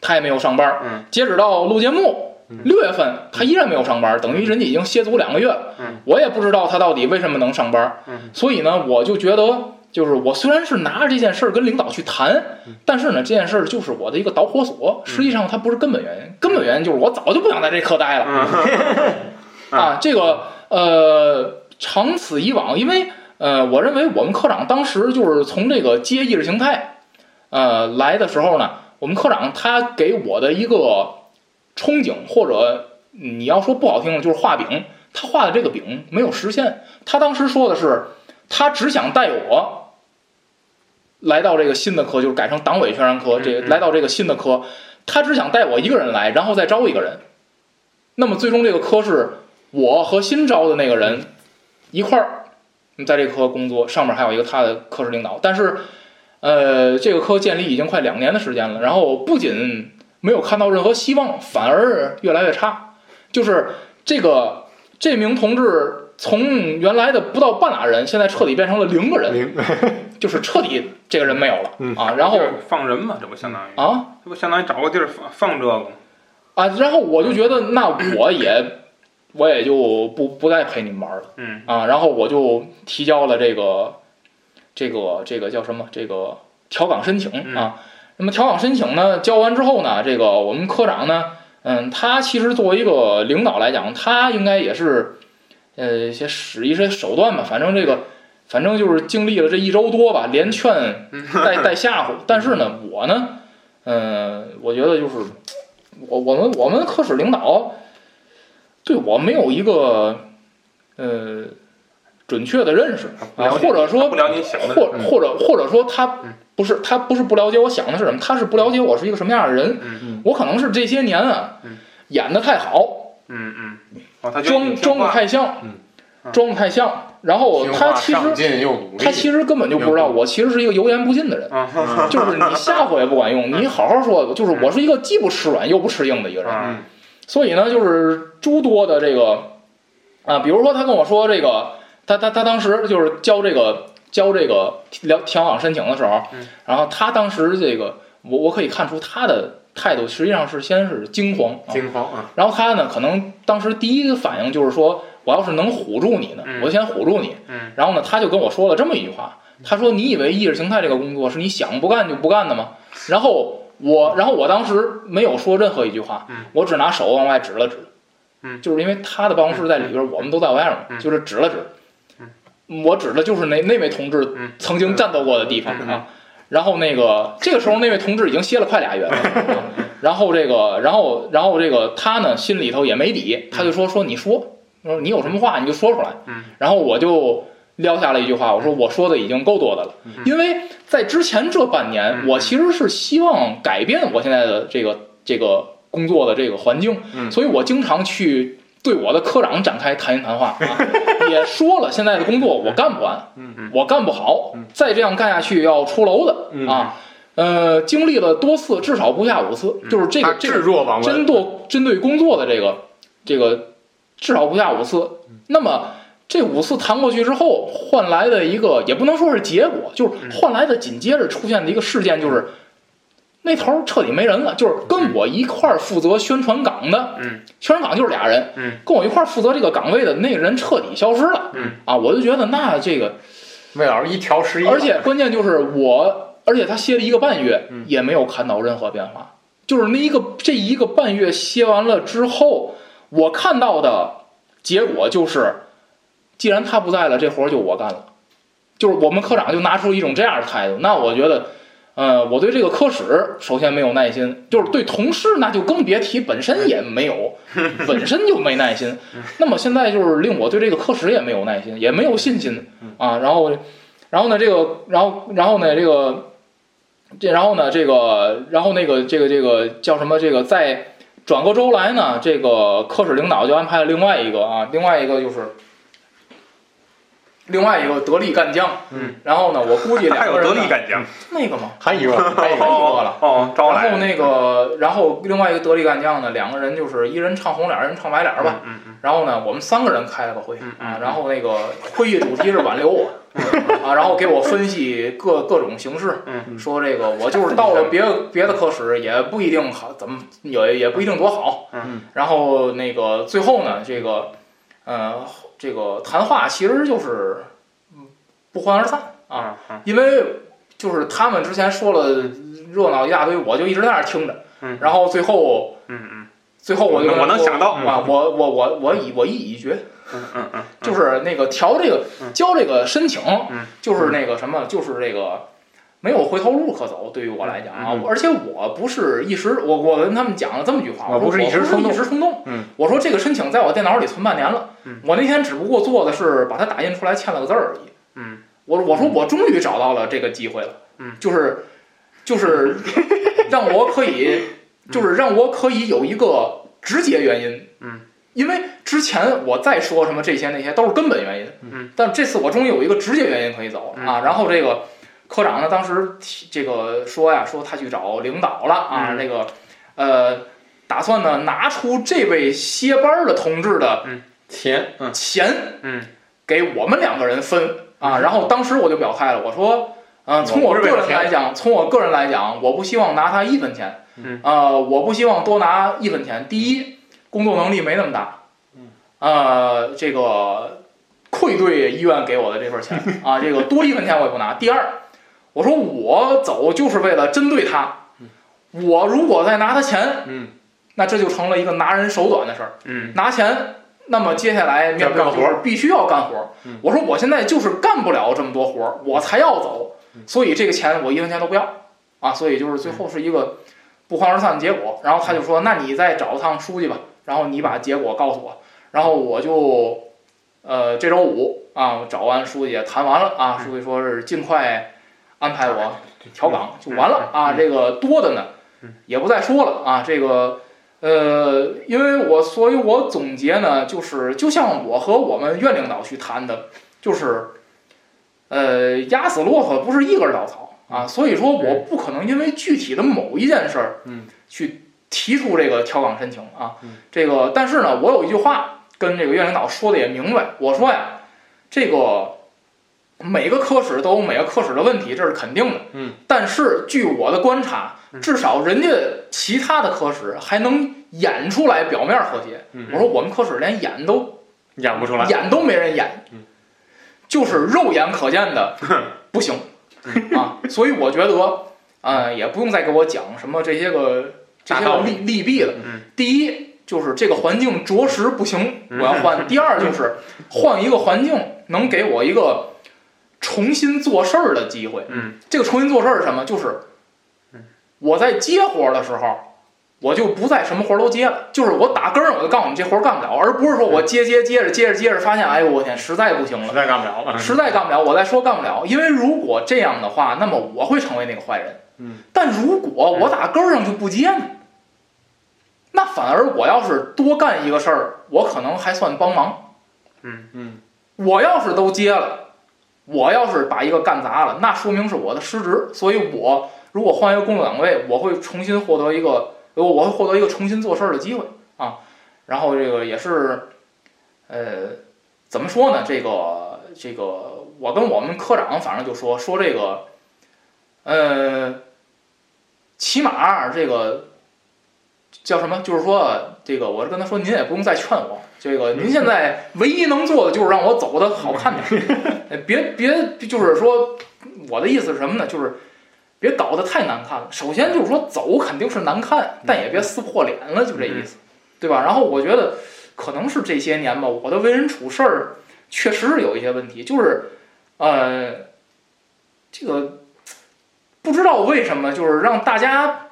S3: 他也没有上班，
S2: 嗯，
S3: 截止到录节目
S1: 嗯，
S3: 六月份他依然没有上班，等于人家已经歇足两个月了，
S2: 嗯，
S3: 我也不知道他到底为什么能上班，
S2: 嗯，
S3: 所以呢，我就觉得。就是我虽然是拿着这件事儿跟领导去谈，
S2: 嗯
S3: 但是呢，这件事儿就是我的一个导火索。实际上，它不是根本原
S2: 嗯
S3: 因，根本原因就是我早就不想在这科待了。
S2: 嗯
S3: 啊，这个呃，长此以往，因为呃，我认为我们科长当时就是从这个接意识形态呃来的时候呢，我们科长他给我的一个憧憬，或者你要说不好听的，就是画饼，他画的这个饼没有实现。他当时说的是，他只想带我。来到这个新的科，就是改成党委宣传科，这
S2: 嗯嗯
S3: 来到这个新的科，他只想带我一个人来，然后再招一个人。那么最终这个科是我和新招的那个人一块儿在这科工作，上面还有一个他的科室领导。但是，呃，这个科建立已经快两年的时间了，然后不仅没有看到任何希望，反而越来越差。就是这个这名同志从原来的不到半拉人，现在彻底变成了零个人，
S1: 零
S3: 就是彻底这个人没有了、
S1: 嗯
S3: 啊。然后
S2: 就是放人嘛，这不相当于，
S3: 啊，
S2: 这不相当于找个地儿放放这个吗？
S3: 啊，然后我就觉得那我也我也就不不再陪你们玩了
S2: 嗯
S3: 啊，然后我就提交了这个这个这个叫什么这个调岗申请
S2: 嗯
S3: 啊。那么调岗申请呢，交完之后呢，这个我们科长呢，嗯，他其实作为一个领导来讲，他应该也是呃一些使一些手段吧，反正这个。反正就是经历了这一周多吧，连劝
S2: 嗯
S3: 带带吓唬，但是呢，我呢，嗯、我觉得就是我我们我们科室领导对我没有一个呃准确的认识
S2: 不
S3: 啊，
S2: 了解
S3: 或者说
S2: 不了解你想的，
S3: 或或者或者说他
S2: 嗯
S3: 不是他不是不了解我想的是什么，他是不了解我是一个什么样的人。
S2: 嗯
S1: 嗯
S3: 我可能是这些年啊、
S2: 嗯
S3: 演的太好，
S2: 嗯嗯，哦，他觉得
S3: 装
S2: 你
S3: 装
S2: 听
S3: 的
S2: 话
S3: 太像，
S1: 嗯
S2: 啊
S3: 装的太像，然后
S1: 听话
S3: 他其
S1: 上
S3: 实
S1: 进又努力，
S3: 他其实根本就不知道我其实是一个油盐不进的人。
S2: 啊，
S3: 就是你吓唬也不 管用，你好好说，就是
S2: 嗯
S3: 我是一个既不吃软又不吃硬的一个人。
S1: 嗯
S2: 啊
S3: 所以呢，就是诸多的这个啊，比如说他跟我说这个，他他他当时就是交这个交这个调调岗申请的时候
S2: 嗯，
S3: 然后他当时这个我我可以看出他的态度实际上是先是惊慌，啊、
S1: 惊慌啊，
S3: 然后他呢可能当时第一个反应就是说我要是能唬住你呢，
S2: 嗯
S3: 我就先唬住你。
S2: 嗯
S3: 然后呢，他就跟我说了这么一句话，他说：“你以为意识形态这个工作是你想不干就不干的吗？”然后我，然后我当时没有说任何一句话
S2: 嗯，
S3: 我只拿手往外指了指，
S2: 嗯
S3: 就是因为他的办公室在里边，我们都在外面嘛，
S2: 嗯
S3: 就是指了指，我指的就是那那位同志
S2: 嗯
S3: 曾经战斗过的地方
S2: 嗯嗯
S3: 啊。然后那个这个时候，那位同志已经歇了快 俩月了，啊然后这个，然后然后这个他呢心里头也没底，他就说说你说，说你有什么话你就说出来。
S2: 嗯
S3: 然后我就撂下了一句话，我说我说的已经够多的了，
S2: 嗯
S3: 因为在之前这半年，
S2: 嗯
S3: 我其实是希望改变我现在的这个这个工作的这个环境，
S1: 嗯
S3: 所以我经常去对我的科长展开谈心谈话，啊、也说了现在的工作我干不完，
S1: 嗯
S2: 嗯
S3: 我干不好
S1: 嗯，
S3: 再这样干下去要出楼的、
S1: 嗯
S3: 啊。呃，经历了多次，至少不下五次，
S2: 嗯
S3: 就是这
S1: 他
S3: 个这个
S1: 置若罔闻，
S3: 针对针对工作的这个这个至少不下五次。
S1: 嗯
S3: 那么这五次谈过去之后，换来的一个也不能说是结果，就是
S2: 嗯
S3: 换来的紧接着出现的一个事件就是那头儿彻底没人了，就是跟我一块儿负责宣传岗的，
S1: 嗯，
S3: 宣传岗就是俩人，
S1: 嗯，
S3: 跟我一块儿负责这个岗位的那个人彻底消失了，
S1: 嗯，
S3: 啊，我就觉得那这个，
S1: 魏老师一条十一，
S3: 而且关键就是我，而且他歇了一个半月，
S1: 嗯
S3: 也没有看到任何变化，就是那一个这一个半月歇完了之后，我看到的结果就是，既然他不在了，这活儿就我干了，就是我们科长就拿出一种这样的态度，那我觉得。呃，我对这个科室首先没有耐心，就是对同事那就更别提，本身也没有，本身就没耐心。
S2: 嗯
S3: 那么现在就是令我对这个科室也没有耐心，也没有信心
S2: 嗯
S3: 啊。然后，然后呢，这个，然后，然后呢，这个，这，然后呢，这个，然后那个，这个，这个叫什么？这个在转过周来呢，这个科室领导就安排了另外一个啊，另外一个就是。另外一个得力干将，
S1: 嗯，
S3: 然后呢，我估计
S2: 还
S3: 两
S2: 有
S3: 个人
S2: 得
S3: 呢
S2: 力干将，
S3: 那个嘛，
S1: 还一 个，还一
S3: 还
S1: 个
S3: 有一 个了
S2: 啊哦，招
S3: 然后
S2: 来，
S3: 那个，然后另外一个得力干将呢，两个人就是一人唱红脸，人唱白脸吧。
S2: 嗯嗯
S3: 然后呢，我们三个人开了个会
S2: 嗯
S3: 啊，
S2: 嗯
S3: 然后那个会议主题是挽 留我啊，然后给我分析各各种形式，
S2: 嗯
S3: 说这个我就是到了别的别的科室也不一定好，怎么也也不一定多好。
S1: 嗯，
S3: 然后那个最后呢，这个呃，这个谈话其实就是嗯不欢而散啊，
S2: 啊啊，
S3: 因为就是他们之前说了热闹一大堆，我就一直在那儿听着，
S2: 嗯
S3: 然后最后
S2: 嗯嗯
S3: 最后我就
S2: 我
S3: 跟
S2: 能
S3: 他
S2: 我能
S3: 说
S2: 想到
S3: 啊，我我我我以我意已决，
S2: 嗯嗯嗯，
S3: 就是那个调这个
S2: 嗯
S3: 交这个申请
S2: 嗯，
S3: 就是那个什么，就是这个。没有回头路可走，对于我来讲啊，
S1: 嗯
S3: 而且我不是一时，我我跟他们讲了这么句话，
S1: 我
S3: 我
S1: 不是
S3: 说
S1: 一时
S3: 我
S1: 冲动
S3: 一时冲动，
S1: 嗯，
S3: 我说这个申请在我电脑里存半年了
S2: 嗯，
S3: 我那天只不过做的是把它打印出来签了个字儿而已，
S2: 嗯
S3: 我我说我终于找到了这个机会了，
S2: 嗯，
S3: 就是就是 让我可
S2: 嗯
S3: 以，就是让我可以有一个直接原因，
S2: 嗯，
S3: 因为之前我再说什么这些那些都是根本原因，
S2: 嗯，
S3: 但这次我终于有一个直接原因可以走了啊，然后这个科长呢，当时提这个说呀，说他去找领导了啊，
S2: 嗯
S3: 那个呃，打算呢拿出这位歇班儿的同志的
S1: 钱，嗯
S3: 钱，
S2: 嗯，
S3: 给我们两个人分啊。然后当时我就表态了，我说，嗯、
S1: 嗯
S3: 从
S1: 我
S3: 我
S1: 不
S3: 个
S1: 是为了
S3: 人来讲，从我个人来讲，我不希望拿他一分钱，
S2: 嗯，
S3: 呃，我不希望多拿一分钱。第一，工作能力没那么大，
S1: 嗯，
S3: 呃，这个愧对医院给我的 这份钱啊，这个多一分钱我也不拿。第二，我说我走就是为了针对他，我如果再拿他钱，
S1: 嗯，
S3: 那这就成了一个拿人手短的事儿。
S2: 嗯
S3: 拿钱，那么接下来面对
S1: 要干活
S3: 就是必须要干活
S1: 嗯。
S3: 我说我现在就是干不了这么多活儿，我才要走，
S1: 嗯
S3: 所以这个钱我一分钱都不要啊！所以就是最后是一个不欢而散的结果。然后他就说：“那你再找趟书记吧，然后你把结果告诉我。”然后我就呃这周五啊我找完书记也谈完了啊，书记说是尽快安排我调
S1: 嗯
S3: 岗就完了啊，这个多的呢也不再说了啊，这个。呃，因为我，所以我总结呢，就是就像我和我们院领导去谈的，就是，呃，压死骆驼不是一根稻草啊，所以说我不可能因为具体的某一件事儿，
S1: 嗯，
S3: 去提出这个调岗申请啊
S1: 嗯，
S3: 这个，但是呢，我有一句话跟这个院领导说的也明白，我说呀，这个每个科室都有每个科室的问题，这是肯定的，
S1: 嗯，
S3: 但是据我的观察，至少人家其他的科室还能演出来表面和谐。
S1: 嗯
S3: 我说我们科室连演都
S1: 演不出来，
S3: 演都没人演，
S1: 嗯
S3: 就是肉眼可 见的不行
S1: 嗯
S3: 啊。所以我觉得，呃，也不用再给我讲什么这些个这些
S1: 大道
S3: 个利利弊了。
S2: 嗯
S3: 第一就是这个环境着实不行，
S2: 嗯
S3: 我要 换；第二就是换一个环境能给我一个重新做事儿的机会。
S2: 嗯
S3: 这个重新做事儿是什么？就是
S2: 嗯
S3: 我在接活儿的时候，我就不再什么活儿都接了，就是我打根儿我就告诉你这活儿干不了，而不是说我接接接着接着接着发现，哎呦我天，实在不行了
S1: 实。在干不了了。
S3: 实在干不了，我再说干不了，因为如果这样的话，那么我会成为那个坏人。
S1: 嗯，
S3: 但如果我打根儿上就不接呢，那反而我要是多干一个事儿，我可能还算帮忙。
S1: 嗯
S3: 我要是都接了，我要是把一个干砸了，那说明是我的失职。所以我如果换一个工作岗位，我会重新获得一个，呃我会获得一个重新做事儿的机会啊。然后这个也是，呃，怎么说呢？这个这个，我跟我们科长反正就说说这个，呃，起码这个叫什么？就是说，这个我跟他说，您也不用再劝我，这个您现在唯一能做的就是让我走的好看点儿， 哎别别，就是说我的意思是什么呢？就是别搞得太难看了。首先就是说走肯定是难看，但也别撕破脸了，就这意思，对吧？然后我觉得可能是这些年吧，我的为人处事儿确实是有一些问题，就是呃，这个不知道为什么，就是让大家。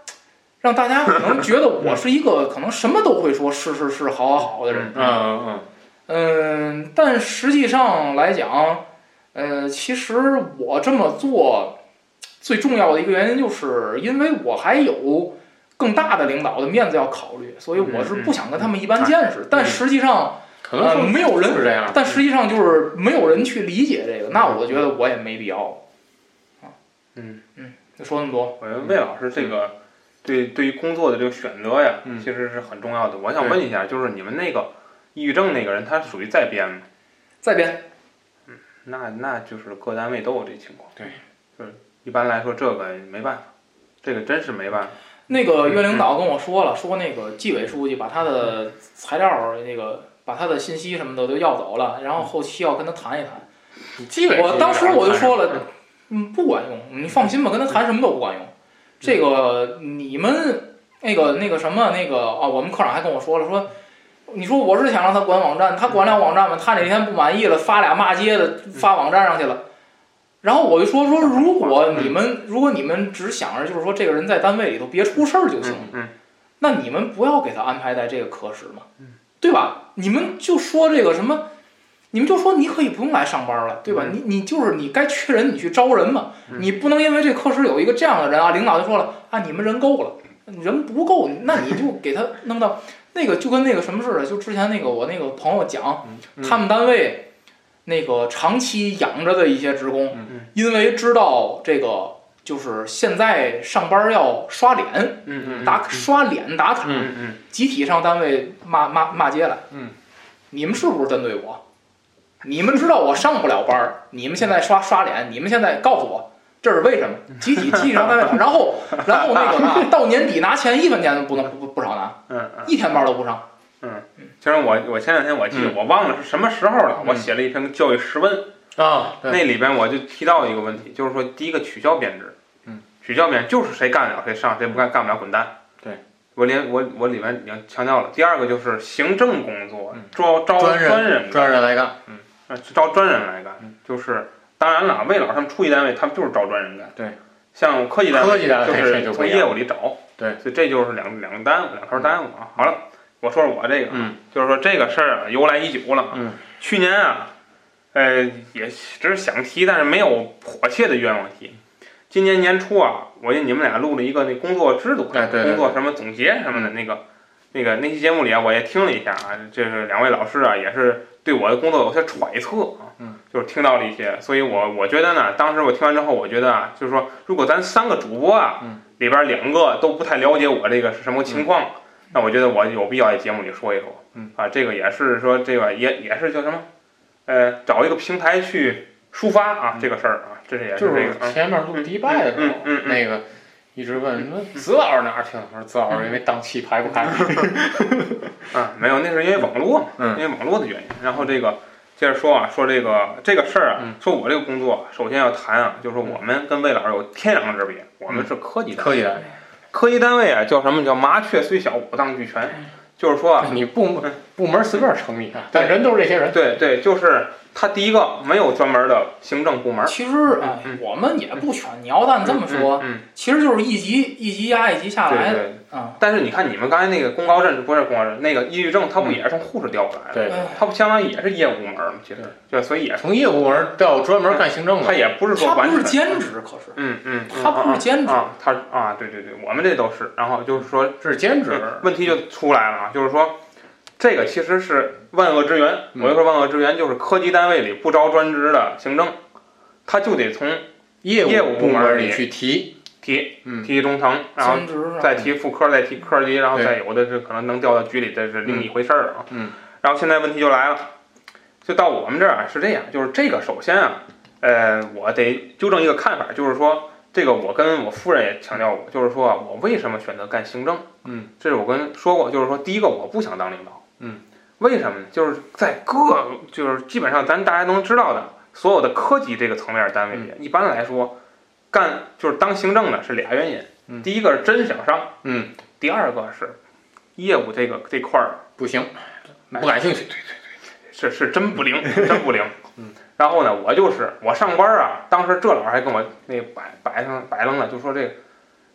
S3: 让大家可能觉得我是一个可能什么都会说是是是好好好的人，
S1: 嗯嗯
S3: 嗯，但实际上来讲，呃，其实我这么做最重要的一个原因，就是因为我还有更大的领导的面子要考虑，所以我是不想跟他们一般见识。但实际上，
S1: 可能
S3: 呃没有人
S1: 是这样，
S3: 但实际上就是没有人去理解这个，那我觉得我也没必要。
S1: 嗯
S3: 嗯，就说那么多，
S2: 我觉得魏老师这个对对于工作的这个选择呀，
S1: 嗯
S2: 其实是很重要的。我想问一下，就是你们那个抑郁症那个人，他属于在编吗？
S3: 再编
S2: 那那就是各单位都有这情况。
S1: 对，
S2: 就是一般来说这个没办法，这个真是没办法。
S3: 那个岳领导跟我说了，说那个纪委书记把他的材料儿那个。把他的信息什么的都要走了，然后后期要跟他谈一谈。
S1: 基本
S3: 我当时我就说了，嗯，不管用，你放心吧，跟他谈什么都不管用。这个你们那个那个什么那个啊，我们科长还跟我说了，说你说我是想让他管网站，他管了网站嘛，他哪天不满意了，发俩骂街的
S1: 嗯
S3: 发网站上去了。然后我就说说，如果
S1: 嗯
S3: 你们如果你们只想着就是说这个人在单位里头别出事儿就行，
S2: 嗯嗯，
S3: 那你们不要给他安排在这个科室嘛，对吧？你们就说这个什么，你们就说你可以不用来上班了，对吧？你你就是你该缺人，你去招人嘛，
S2: 嗯
S3: 你不能因为这科室有一个这样的人啊，领导就说了啊，你们人够了，人不够，那你就给他弄到那个就跟那个什么似的，就之前那个我那个朋友讲，
S2: 嗯
S3: 他们单位那个长期养着的一些职工，
S2: 嗯
S3: 因为知道这个就是现在上班要刷脸
S2: 嗯嗯
S3: 打刷脸打卡，
S2: 嗯嗯
S3: 集体上单位骂骂骂街来。
S1: 嗯，
S3: 你们是不是针对我？你们知道我上不了班儿，你们现在刷刷脸，你们现在告诉我这是为什么？集体集体上单位打，然后然后那 个到年底拿钱一分钱都不能不不少拿，
S2: 嗯嗯。
S3: 一天班都不上。
S2: 其实我我前两天我记得我忘了是什么时候了，
S1: 嗯
S2: 我写了一篇教育实问，
S1: 啊，对
S2: 那里边我就提到一个问题，就是说第一个取消编制，
S1: 嗯，
S2: 取消编制就是谁干得了谁上，谁不干干不了滚蛋。
S1: 对，
S2: 我连我我里边已经强调了。第二个就是行政工作
S1: 嗯
S2: 招招
S1: 专人
S2: 人
S1: 专人来干，
S2: 呃，招专人来干
S1: 嗯，
S2: 就是当然了，魏老师他们初级单位他们就是招专人干。
S1: 对，
S2: 像科技单
S1: 科
S2: 位
S1: 技单位这
S2: 是
S1: 就不
S2: 从
S1: 一样
S2: 业务里找。
S1: 对，
S2: 所以这就是两两个单误，两头单误啊。好了，我说说我这个，
S1: 嗯，
S2: 就是说这个事儿啊，由来已久了啊。
S1: 嗯
S2: 去年啊，呃，也只是想提，但是没有迫切的愿望提。今年年初啊，我给你们俩录了一个那工作制度，
S1: 哎对对对嗯
S2: 工作什么总结什么的那个。那个那期节目里啊，我也听了一下啊，这是两位老师啊，也是对我的工作有些揣测啊，
S1: 嗯，
S2: 就是听到了一些，所以我我觉得呢，当时我听完之后，我觉得啊，就是说，如果咱三个主播啊，
S1: 嗯
S2: 里边两个都不太了解我这个是什么情况，那我觉得我有必要在节目里说一说，
S1: 嗯，
S2: 啊，这个也是说这个也也是叫什么，呃，找一个平台去抒发啊、
S1: 嗯
S2: 这个事儿啊，这是也
S1: 就是
S2: 这
S1: 是
S2: 个啊，
S1: 前面录迪拜的时候
S2: 嗯嗯嗯，嗯
S1: 那个一直问说子老师哪儿听？我说子老师因为档期排不开，
S2: 嗯啊，没有，那是因为网络嘛，
S1: 嗯
S2: 因为网络的原因。然后这个接着说啊，说这个这个事儿啊，
S1: 嗯
S2: 说我这个工作，首先要谈啊，就是
S3: 嗯
S2: 我们跟魏老师有天壤之别，我们是科技单位，
S1: 科技单位，
S2: 科技单位啊叫什么叫麻雀虽小，五脏俱全，
S3: 嗯
S2: 就是说啊，
S1: 你部门部门随便成立啊，但人都是这些人，
S2: 对对，就是他第一个没有专门的行政部门。
S3: 其实哎
S2: 嗯，
S3: 我们也不全。你要但这么说，
S2: 嗯，
S3: 其实就是一级一级压一级
S2: 嗯
S3: 下
S2: 对
S3: 来的。
S2: 对。
S3: 啊，
S2: 但是你看你们刚才那个宫高镇不是宫高镇，那个抑郁症，
S3: 嗯
S2: 他不也是从护士调过来的？
S1: 对，
S3: 哎
S2: 他不相当于也是业务部门吗？其实，对，所以也是，
S1: 从业务部门到专门干行政
S2: 他
S1: 的，
S2: 也不是说
S3: 他
S2: 完
S3: 不
S2: 全
S3: 是兼职，可是
S2: 嗯嗯，嗯
S3: 他不是兼职。
S2: 啊，他啊，对对对，我们这都是。然后就是说，
S1: 这是兼职，
S2: 嗯问题就出来了啊，就是说，这个其实是万恶之源。我就说万恶之源就是科级单位里不招专职的行政，他就得从
S1: 业
S2: 业务
S1: 部
S2: 部门
S1: 门
S2: 里
S1: 里去提，
S2: 提
S1: 嗯
S2: 提中层，然后
S3: 兼职是吧嗯
S2: 再提副科，再提科级，然后
S1: 对
S2: 再有的是可能能调到局里，这是另一回事儿了啊。
S1: 嗯。
S2: 然后现在问题就来了，就到我们这儿啊是这样，就是这个首先啊，呃，我得纠正一个看法，就是说这个我跟我夫人也强调过，就是说啊，我为什么选择干行政？
S1: 嗯，
S2: 这是我跟说过，就是说第一个我不想当领导。
S1: 嗯，
S2: 为什么呢？就是在各就是基本上咱大家都知道的所有的科级这个层面的单位
S1: 嗯
S2: 里，一般来说干就是当行政的是俩原因，
S1: 嗯
S2: 第一个是真想上，
S1: 嗯，
S2: 第二个是业务这个这块儿
S1: 不行，不感兴趣。
S2: 是是真不灵，真不灵。
S1: 嗯，
S2: 然后呢，我就是我上班啊，当时这老师还跟我那摆摆上摆弄了，就说这个，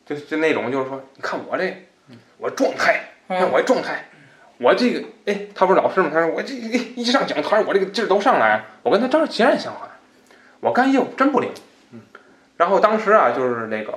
S2: 就就那种就是说，你看我这，
S1: 嗯
S2: 我状态，看
S3: 嗯
S2: 我这状态，我这个，哎，他不是老师吗？他说我这一一上讲台，我这个劲儿都上来了，我跟他正是截然相反，我干业务真不灵。
S1: 嗯，
S2: 然后当时啊，就是那个。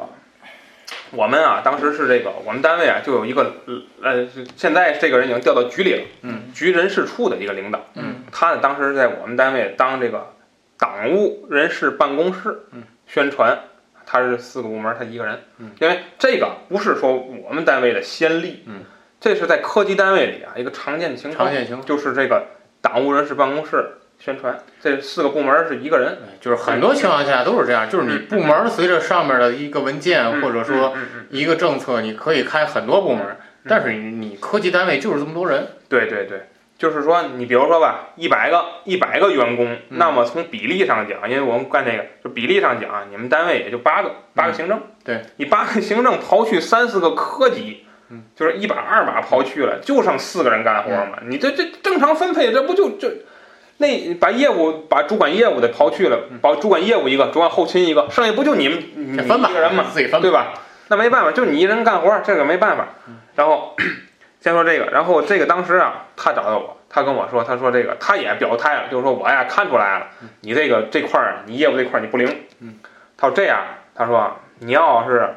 S2: 我们啊，当时是这个，我们单位啊，就有一个，呃，是现在这个人已经调到局里了，
S1: 嗯，
S2: 局人事处的一个领导，
S3: 嗯，
S2: 他呢当时在我们单位当这个党务人事办公室，
S1: 嗯，
S2: 宣传，他是四个部门，他一个人，
S1: 嗯，
S2: 因为这个不是说我们单位的先例，
S1: 嗯，
S2: 这是在科级单位里啊一个常见的情况
S1: 常，见情况，
S2: 就是这个党务人事办公室宣传，这四个部门是一个人，
S1: 哎就是很多情况下都是这样，就是你部门随着上面的一个文件呃
S2: 嗯
S1: 或者说，
S2: 嗯嗯
S1: 一个政策，你可以开很多部门，但是你你科级单位就是这么多人，
S2: 嗯对对对。就是说，你比如说吧，一百个一百个员
S1: 嗯
S2: 工，那么从比例上讲，因为我们干这个，就比例上讲，你们单位也就八个八个行政。
S1: 嗯对，
S2: 你八个行政刨去三四个科级，
S1: 嗯
S2: 就是一把二把刨去了，就剩四个人干活嘛。
S1: 嗯
S2: 你这这正常分配，这不就就那把业务把主管业务的刨去了
S1: 嗯，
S2: 把主管业务一个，主管后勤一个，剩下不就你们你
S1: 你
S2: 一
S1: 分吧
S2: 个人嘛，，
S1: 自己分
S2: 对吧？那没办法，就你一人干活，这个没办法。然后 先说这个，然后这个当时啊，他找到我，他跟我说，他说这个他也表态了，就是说我呀看出来了，你这个这块儿啊，你业务这块儿你不灵。
S1: 嗯，
S2: 他说这样，他说你要是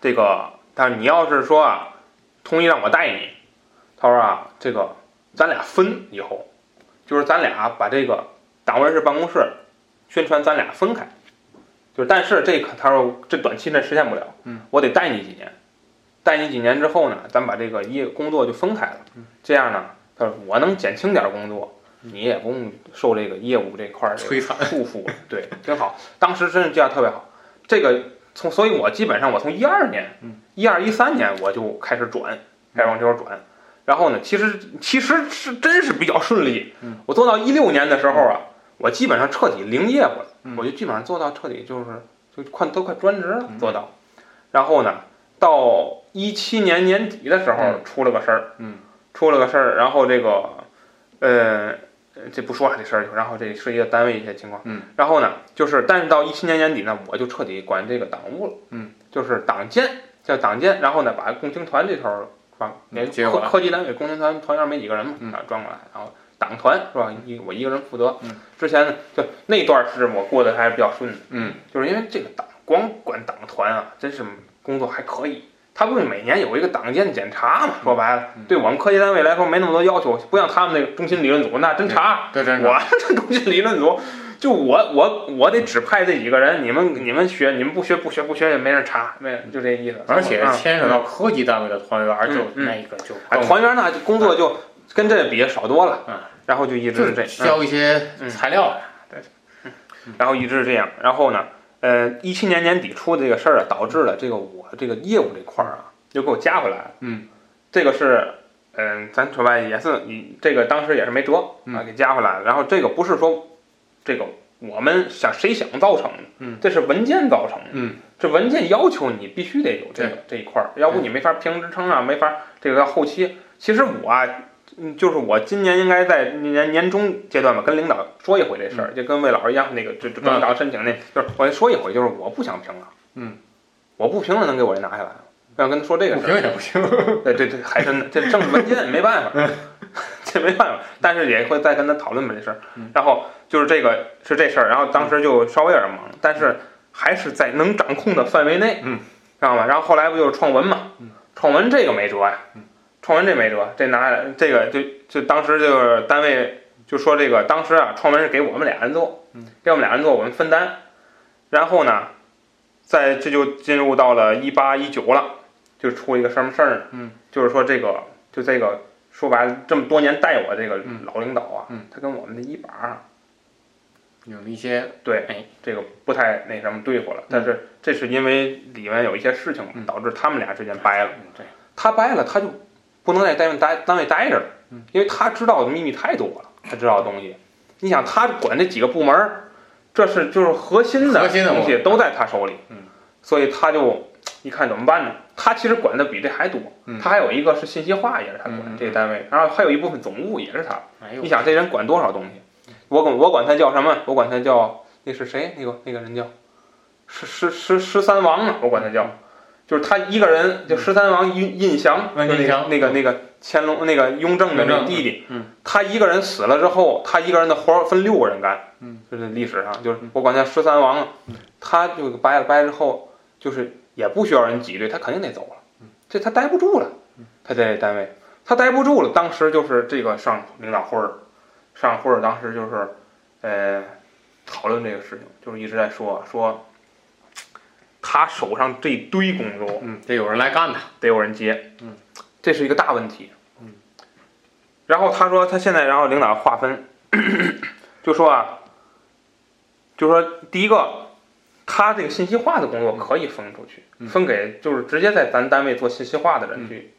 S2: 这个，他说你要是说啊，同意让我带你，他说啊，这个咱俩分以后，就是咱俩把这个党务人事办公室宣传咱俩分开。就是，但是这个他说这短期内实现不了，
S1: 嗯，
S2: 我得带你几年，带你几年之后呢，咱把这个业工作就分开了，这样呢，他说我能减轻点工作，你也不用受这个业务这块儿这个
S1: 摧残。
S2: 束缚，对，挺好。当时真是这样特别好。这个从，所以我基本上我从一二年
S1: 嗯、
S2: 一二一三年我就开始转，开始往这边转。然后呢，其实其实是真是比较顺利
S1: 嗯。
S2: 我做到一六年的时候啊，我基本上彻底零业务了，
S1: 嗯
S2: 我就基本上做到彻底就是就快都快专职了
S1: 嗯
S2: 做到。然后呢，到一七年年底的时候
S1: 嗯
S2: 出了个事儿，
S1: 嗯，
S2: 出了个事儿，然后这个，呃，这不说啊这事儿，然后这涉及到单位一些情况，
S1: 嗯，
S2: 然后呢，就是但是到一七年年底呢，我就彻底管这个党务了，
S1: 嗯，
S2: 就是党建叫党建，然后呢，把共青团这头儿转，
S1: 嗯接
S2: 科
S1: 过来
S2: 科级单位共青团团员没几个人嘛，
S1: 嗯
S2: 啊，转过来，然后党团是吧？一我一个人负责，
S1: 嗯，
S2: 之前呢，就那段儿是我过得还是比较顺的，
S1: 嗯，
S2: 就是因为这个党光管党团啊，真是工作还可以。他不是每年有一个党建检查嘛？说白了
S1: 嗯，
S2: 对我们科级单位来说没那么多要求，不像他们那个中心理论组那真查。
S1: 对，真是
S2: 我这中心理论组，就我我我得只派这几个人，你们你们学，你们不学不学不学也没人查，没人就这意思。
S1: 而且
S2: 啊
S1: 牵扯到科级单位的团员，
S2: 嗯
S1: 就
S2: 嗯
S1: 那一个就
S2: 哎，
S1: 更
S2: 团员那就工作就跟这比少多了，
S1: 嗯
S2: 然后就一直是
S1: 就
S2: 这样。
S1: 需要一些
S2: 嗯
S1: 材料呀。
S2: 然后一直是这样，然后呢，呃，一七年年底出的这个事儿啊，导致了这个我这个业务这块儿啊，又给我加回来了。
S1: 嗯，
S2: 这个是，嗯、咱说白了也是，你这个当时也是没辙啊，
S1: 嗯
S2: 给加回来了。然后这个不是说，这个我们想谁想造成的，
S1: 嗯
S2: 这是文件造成的。
S1: 嗯，
S2: 这文件要求你必须得有这个这一块儿，要不你没法平行支撑啊，没法这个到后期。其实我啊，嗯就是我今年应该在年年中阶段吧，跟领导说一回这事儿，就跟魏老师一样，那个这这
S1: 嗯
S2: 领导申请那，就是我说一回，就是我不想评了，
S1: 嗯，
S2: 我不评了，能给我这拿下来吗？我想跟他说这个
S1: 不
S2: 事儿，
S1: 行也不行，
S2: 对对对，还真的，这政治文件没办
S1: 嗯
S2: 法， 这没办法，但是也会再跟他讨论吧这事儿
S1: 嗯。
S2: 然后就是这个是这事儿，然后当时就稍微有点忙，但是还是在能掌控的范围内，
S1: 嗯，
S2: 知道吗？然后后来不就是创文嘛
S1: 嗯，
S2: 创文这个没辙呀
S1: 嗯，
S2: 创文这没辙，这拿这个就就当时就是单位就说这个当时啊，创文是给我们俩人做
S1: 嗯，
S2: 给我们俩人做，我们分担，然后呢，在这就进入到了一八一九了，就出一个什么事儿呢？
S1: 嗯，
S2: 就是说这个就这个说白了，这么多年带我这个
S1: 嗯
S2: 老领导啊，
S1: 嗯
S2: 他跟我们的一把儿
S1: 有一些
S2: 对，
S1: 哎
S2: 这个不太那什么对付了。但是这是因为里面有一些事情嘛
S1: 嗯
S2: 导致他们俩之间掰了。
S1: 嗯对
S2: 他掰了，他就不能在单位待单位待着了
S1: 嗯，
S2: 因为他知道的秘密太多了，他知道的东西。你想，他管这几个部门儿，这是就是核心的
S1: 核心的
S2: 东
S1: 部
S2: 西
S1: 门
S2: 都在他手里。
S1: 嗯，
S2: 所以他就一看怎么办呢？他其实管的比这还多。
S1: 嗯
S2: 他还有一个是信息化，也是他管、
S1: 嗯嗯嗯
S2: 这个单位，然后还有一部分总务也是他。
S1: 哎呦
S2: 你想这人管多少东西？我管我管他叫什么？我管他叫那是谁？那个那个人叫十十十十三王呢？我管他叫，就是他一个人就十三王胤胤祥，就
S1: 嗯
S2: 是
S1: 胤
S2: 那个
S1: 祥
S2: 那个那个乾隆那个雍正的那
S1: 雍正
S2: 个弟弟，
S1: 嗯，
S2: 他一个人死了之后，他一个人的活儿分六个人干，
S1: 嗯，
S2: 就是历史上就是
S1: 嗯
S2: 我管他十三王
S1: 嗯，
S2: 他就掰了掰之后，就是也不需要人挤兑，他肯定得走了
S1: 嗯，
S2: 这他待不住了
S1: 嗯，
S2: 他在这单位。他待不住了，当时就是这个上领导会儿，上会儿当时就是，呃，讨论这个事情，就是一直在说说，他手上这堆工作
S1: 嗯，得有人来干他，
S2: 得有人接，
S1: 嗯，
S2: 这是一个大问题，
S1: 嗯。
S2: 然后他说他现在，然后领导划分，就说啊，就说第一个，他这个信息化的工作可以分出去，
S1: 嗯
S2: 分给就是直接在咱单位做信息化的人去。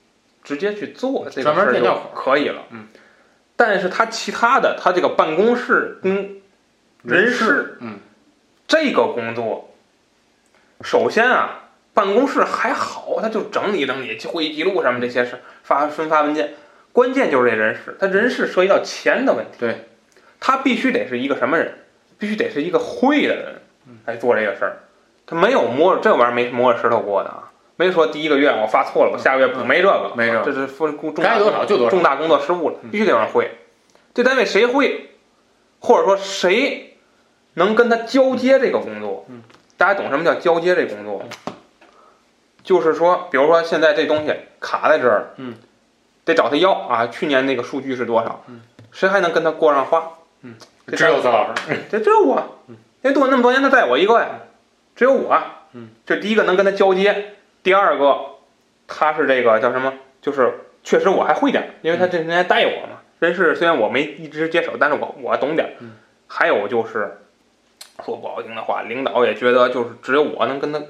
S2: 直接去做这个
S1: 专
S2: 事
S1: 门
S2: 儿
S1: 垫
S2: 就
S1: 料口
S2: 可以了。
S1: 嗯，
S2: 但是他其他的，他这个办公室跟人事，
S1: 嗯，
S2: 这个工作，首先啊，办公室还好，他就整理整理会议记录什么这些事，发分发文件。关键就是这人事，他人事涉及到钱的问题。
S1: 对，
S2: 他必须得是一个什么人？必须得是一个会的人来做这个事儿。他没有摸这玩意儿没摸着石头过的啊，没说第一个月我发错了，我下个月补，没这个，
S1: 没这
S2: 这是分工重大
S1: 该多少就多少，
S2: 重大工作失误了，
S1: 嗯
S2: 必须得有人会。这单位谁会，或者说谁能跟他交接这个工作
S1: 嗯？
S2: 大家懂什么叫交接这工作吗？就是说，比如说现在这东西卡在这儿了，
S1: 嗯，
S2: 得找他要啊。去年那个数据是多少？
S1: 嗯
S2: 谁还能跟他过上话？这
S1: 只有曾老师，
S2: 这只有我
S1: 嗯，
S2: 那多那么多年他带我一个呀，只有我。
S1: 嗯，
S2: 这第一个能跟他交接，第二个他是这个叫什么？就是确实我还会点儿，因为
S1: 嗯
S2: 他这人家带我嘛。人事虽然我没一直接手，但是我我懂点儿。
S1: 嗯
S2: 还有就是说不好听的话，领导也觉得就是只有我能跟他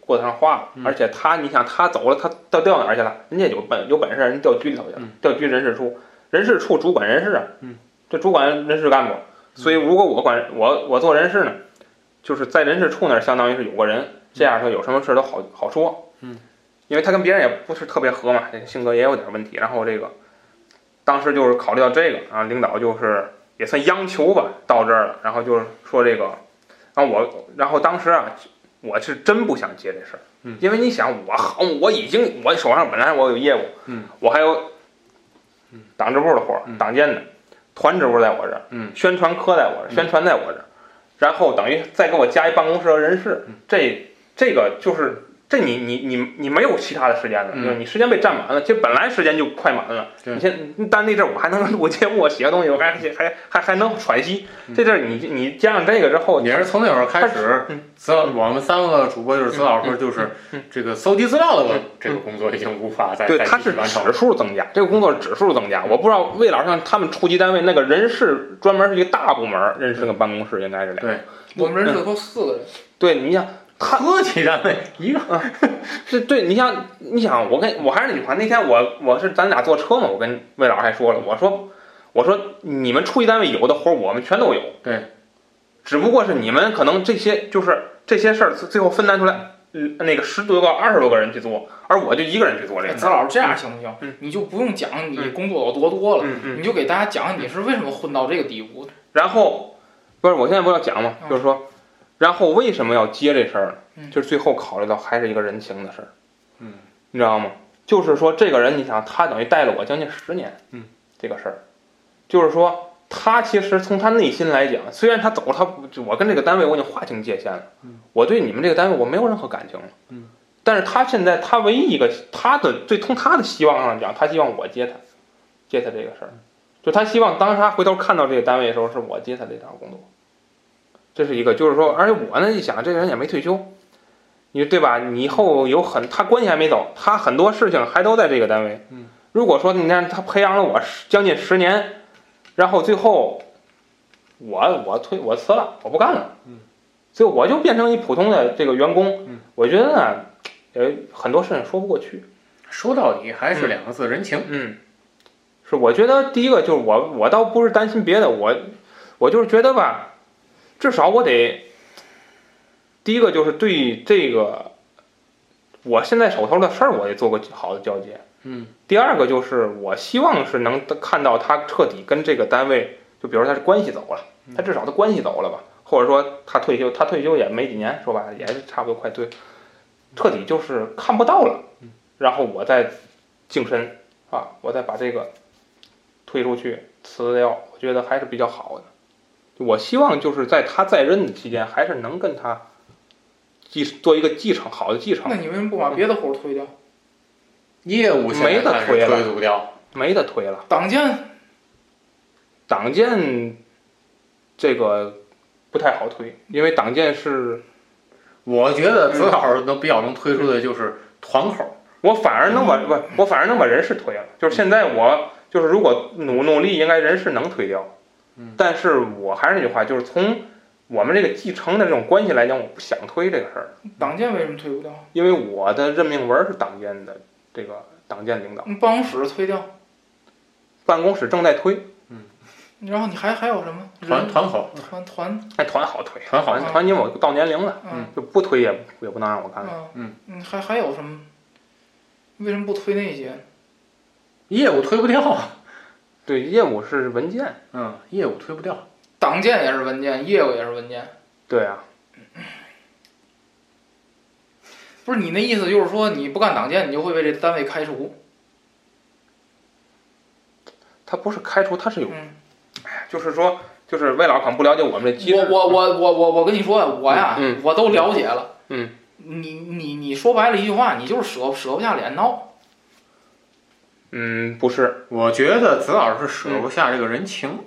S2: 过得上话了。
S1: 嗯
S2: 而且他，你想他走了，他到调哪儿去了？人家有本有本事，人调局里头去了，
S1: 嗯
S2: 调局人事处，人事处主管人事啊。
S1: 嗯，
S2: 这主管人事干部，所以如果我管我我做人事呢，就是在人事处那儿相当于是有个人，这样说有什么事儿都好好说。
S1: 嗯，
S2: 因为他跟别人也不是特别合嘛，这个性格也有点问题。然后这个当时就是考虑到这个，然后领导就是也算央求吧，到这儿了，然后就是说这个，然后我然后当时啊，我是真不想接这事儿，
S1: 嗯
S2: 因为你想我好，我已经我手上本来我有业务，
S1: 嗯，
S2: 我还有
S1: 嗯
S2: 党支部的活儿，
S1: 嗯
S2: 党建的，团支部在我这儿。
S1: 嗯，
S2: 宣传科在我这儿，
S1: 嗯
S2: 宣传在我这儿，然后等于再给我加一办公室和人事
S1: 嗯，
S2: 这这个就是这你你你你没有其他的时间了，
S1: 嗯
S2: 就是你时间被占满了，其实本来时间就快满了，
S1: 对
S2: 你先但那阵儿我还能录节目，我写东西，我还还还还能喘息，
S1: 嗯
S2: 这阵儿你你加上这个之后，
S1: 也是从那会儿开始
S2: 嗯，
S1: 资料我们三个主播就是曾老师，就是
S2: 嗯
S1: 这个搜集资料
S2: 嗯
S1: 的
S2: 嗯
S1: 这个工作已经无法再
S2: 对，
S1: 再
S2: 它
S1: 继续
S2: 是
S1: 完成
S2: 指
S1: 了，
S2: 数增加，这个工作是指数增加。我不知道魏老师像他们初级单位那个人事专门是一个大部门儿，人事跟办公室应该是两。
S3: 我
S2: 嗯
S3: 们人事科四个人，
S2: 对，你想他嗯
S1: 科级单位一个，
S2: 这对你像你想，我跟我还是那句话，那天我我是咱俩坐车嘛，我跟魏老师还说了，我说我说你们初级单位有的活儿我们全都有，
S1: 对，
S2: 只不过是你们可能这些就是这些事儿最后分担出来，嗯那个十多个二十多个人去做，而我就一个人去做这
S3: 哎，
S2: 个
S3: 子
S2: 事儿，
S3: 老师这样行不行？
S2: 嗯
S3: 你就不用讲你
S2: 嗯
S3: 工作有多多了，
S2: 嗯嗯，
S3: 你就给大家讲你是为什么混到这个地步。
S2: 然后不是我现在不是要讲嘛，
S3: 嗯
S2: 就是说，然后为什么要接这事儿呢？
S3: 嗯
S2: 就是最后考虑到还是一个人情的事儿，
S1: 嗯，
S2: 你知道吗？就是说这个人，你想他等于带了我将近十年，
S1: 嗯，
S2: 这个事儿，就是说他其实从他内心来讲，虽然他走了，他不我跟这个单位我已经划清界限了，
S1: 嗯，
S2: 我对你们这个单位我没有任何感情了，
S1: 嗯，
S2: 但是他现在他唯一一个他的最从他的希望上讲，他希望我接他，接他这个事儿。就他希望当他回头看到这个单位的时候，是我接他这档工作。这是一个，就是说，而且我呢一想，这人也没退休，你对吧？你以后有很他关系还没走，他很多事情还都在这个单位。
S1: 嗯，
S2: 如果说你看他培养了我十将近十年，然后最后我我退我辞了，我不干了，
S1: 嗯，
S2: 所以我就变成一普通的这个员工，
S1: 嗯，
S2: 我觉得呢，呃，很多事情说不过去，
S1: 说到底还是两个字，人情。
S2: 嗯，是我觉得第一个就是我我倒不是担心别的，我我就是觉得吧，至少我得第一个就是对这个我现在手头的事儿，我得做个好的交接，
S1: 嗯
S2: 第二个就是我希望是能看到他彻底跟这个单位，就比如说他是关系走了，
S1: 嗯
S2: 他至少他关系走了吧，或者说他退休，他退休也没几年，说白了也是差不多快退，彻底就是看不到了
S1: 嗯，
S2: 然后我再净身啊，我再把这个推出去辞掉，我觉得还是比较好的。我希望就是在他在任的期间，还是能跟他继做一个继承好的继承
S3: 那，你为什么不把别的活儿推掉？
S1: 业务现在
S2: 没得
S1: 看是
S2: 推了
S1: 推不掉，
S2: 没得推了。
S3: 党建
S2: 党建这个不太好推，因为党建是
S1: 我觉得子老师能比较能推出的就是团口，
S2: 我反而能把
S1: 嗯
S2: 不、我反而能把人事推了，就是现在我就是如果努努力，应该人事能推掉
S1: 嗯，
S2: 但是我还是那句话，就是从我们这个继承的这种关系来讲，我不想推这个事儿，
S3: 党建为什么推不掉？
S2: 因为我的任命文儿是党建的这个党建领导，
S3: 你办公室推掉，
S2: 办公室正在推，
S3: 然后你还还有什么
S1: 团
S2: 嗯
S3: 人
S1: 团口，
S3: 团团
S2: 哎，团好推，
S1: 团好
S2: 团团因为我到年龄了，
S3: 嗯
S2: 就不推也也不能让我干了，
S3: 嗯
S1: 嗯
S3: 嗯，还还有什么？为什么不推那些？
S1: 业务推不掉。啊
S2: 对，业务是文件，
S1: 嗯，业务推不掉。
S3: 党建也是文件，业务也是文件。
S2: 对啊，
S3: 不是你那意思就是说你不干党建，你就会被这单位开除？
S2: 他不是开除，他是有。
S3: 嗯，
S2: 就是说，就是魏老可能不了解我们这机制。
S3: 我我我我我我跟你说啊，我呀，
S2: 嗯
S3: 我都了解了。
S2: 嗯，
S3: 你你你说白了一句话，你就是舍舍不下脸闹。
S2: 嗯，不是，
S1: 我觉得子老师是舍不下这个人情。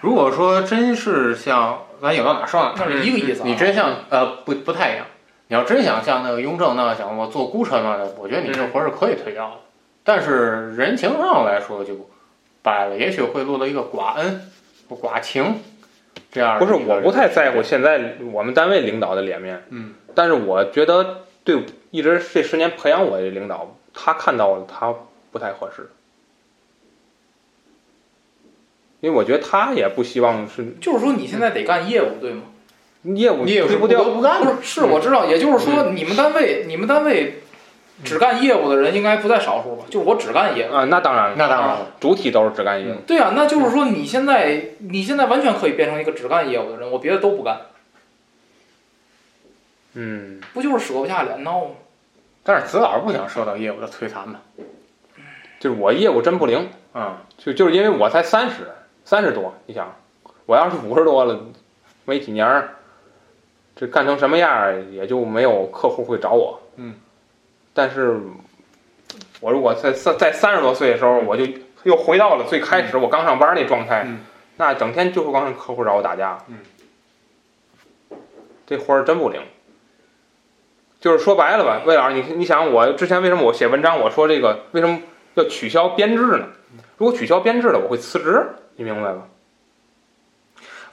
S1: 如果说真是像咱有到哪儿说到哪
S3: 那是一个意思、
S1: 儿，
S3: 啊
S1: 你真像呃不不太一样。你要真想像那个雍正那样想，我做孤臣嘛，我觉得你这活儿是可以推掉的。但是人情上来说就掰了，也许会落到一个寡恩、寡情这样的
S2: 不是，
S1: 一个
S2: 我不太在乎现在我们单位领导的脸面，
S1: 嗯，
S2: 但是我觉得对一直这十年培养我的领导，他看到了他不太合适，因为我觉得他也不希望是
S3: 就是说你现在得干业务，对吗？
S2: 业务
S1: 你也
S2: 推
S1: 是
S2: 不
S1: 不得
S2: 掉，
S1: 不干
S3: 不
S1: 的。
S3: 是，是我知道，也就是说你们单位你们单位只干业务的人应该不在少数吧？就是我只干业务。
S2: 啊，那当然了，
S1: 那当然了，
S2: 主体都是只干业务，
S3: 对啊，那就是说你现在你现在完全可以变成一个只干业务的人，我别的都不干，
S2: 嗯，
S3: 不就是舍不下脸闹吗？
S1: 但是子老师不想受到业务的摧残嘛。
S2: 就是我业务真不灵，
S1: 嗯，
S2: 就就是因为我才三十，三十多，你想，我要是五十多了，没几年儿，这干成什么样儿也就没有客户会找我。
S1: 嗯，
S2: 但是，我如果在三在三十多岁的时候，我就又回到了最开始我刚上班那状态，
S1: 嗯
S2: 那整天就是光是客户找我打架。
S1: 嗯，
S2: 这活儿真不灵。就是说白了吧，魏老师，你你想我之前为什么我写文章我说这个为什么要取消编制呢？如果取消编制了，我会辞职，你明白吧？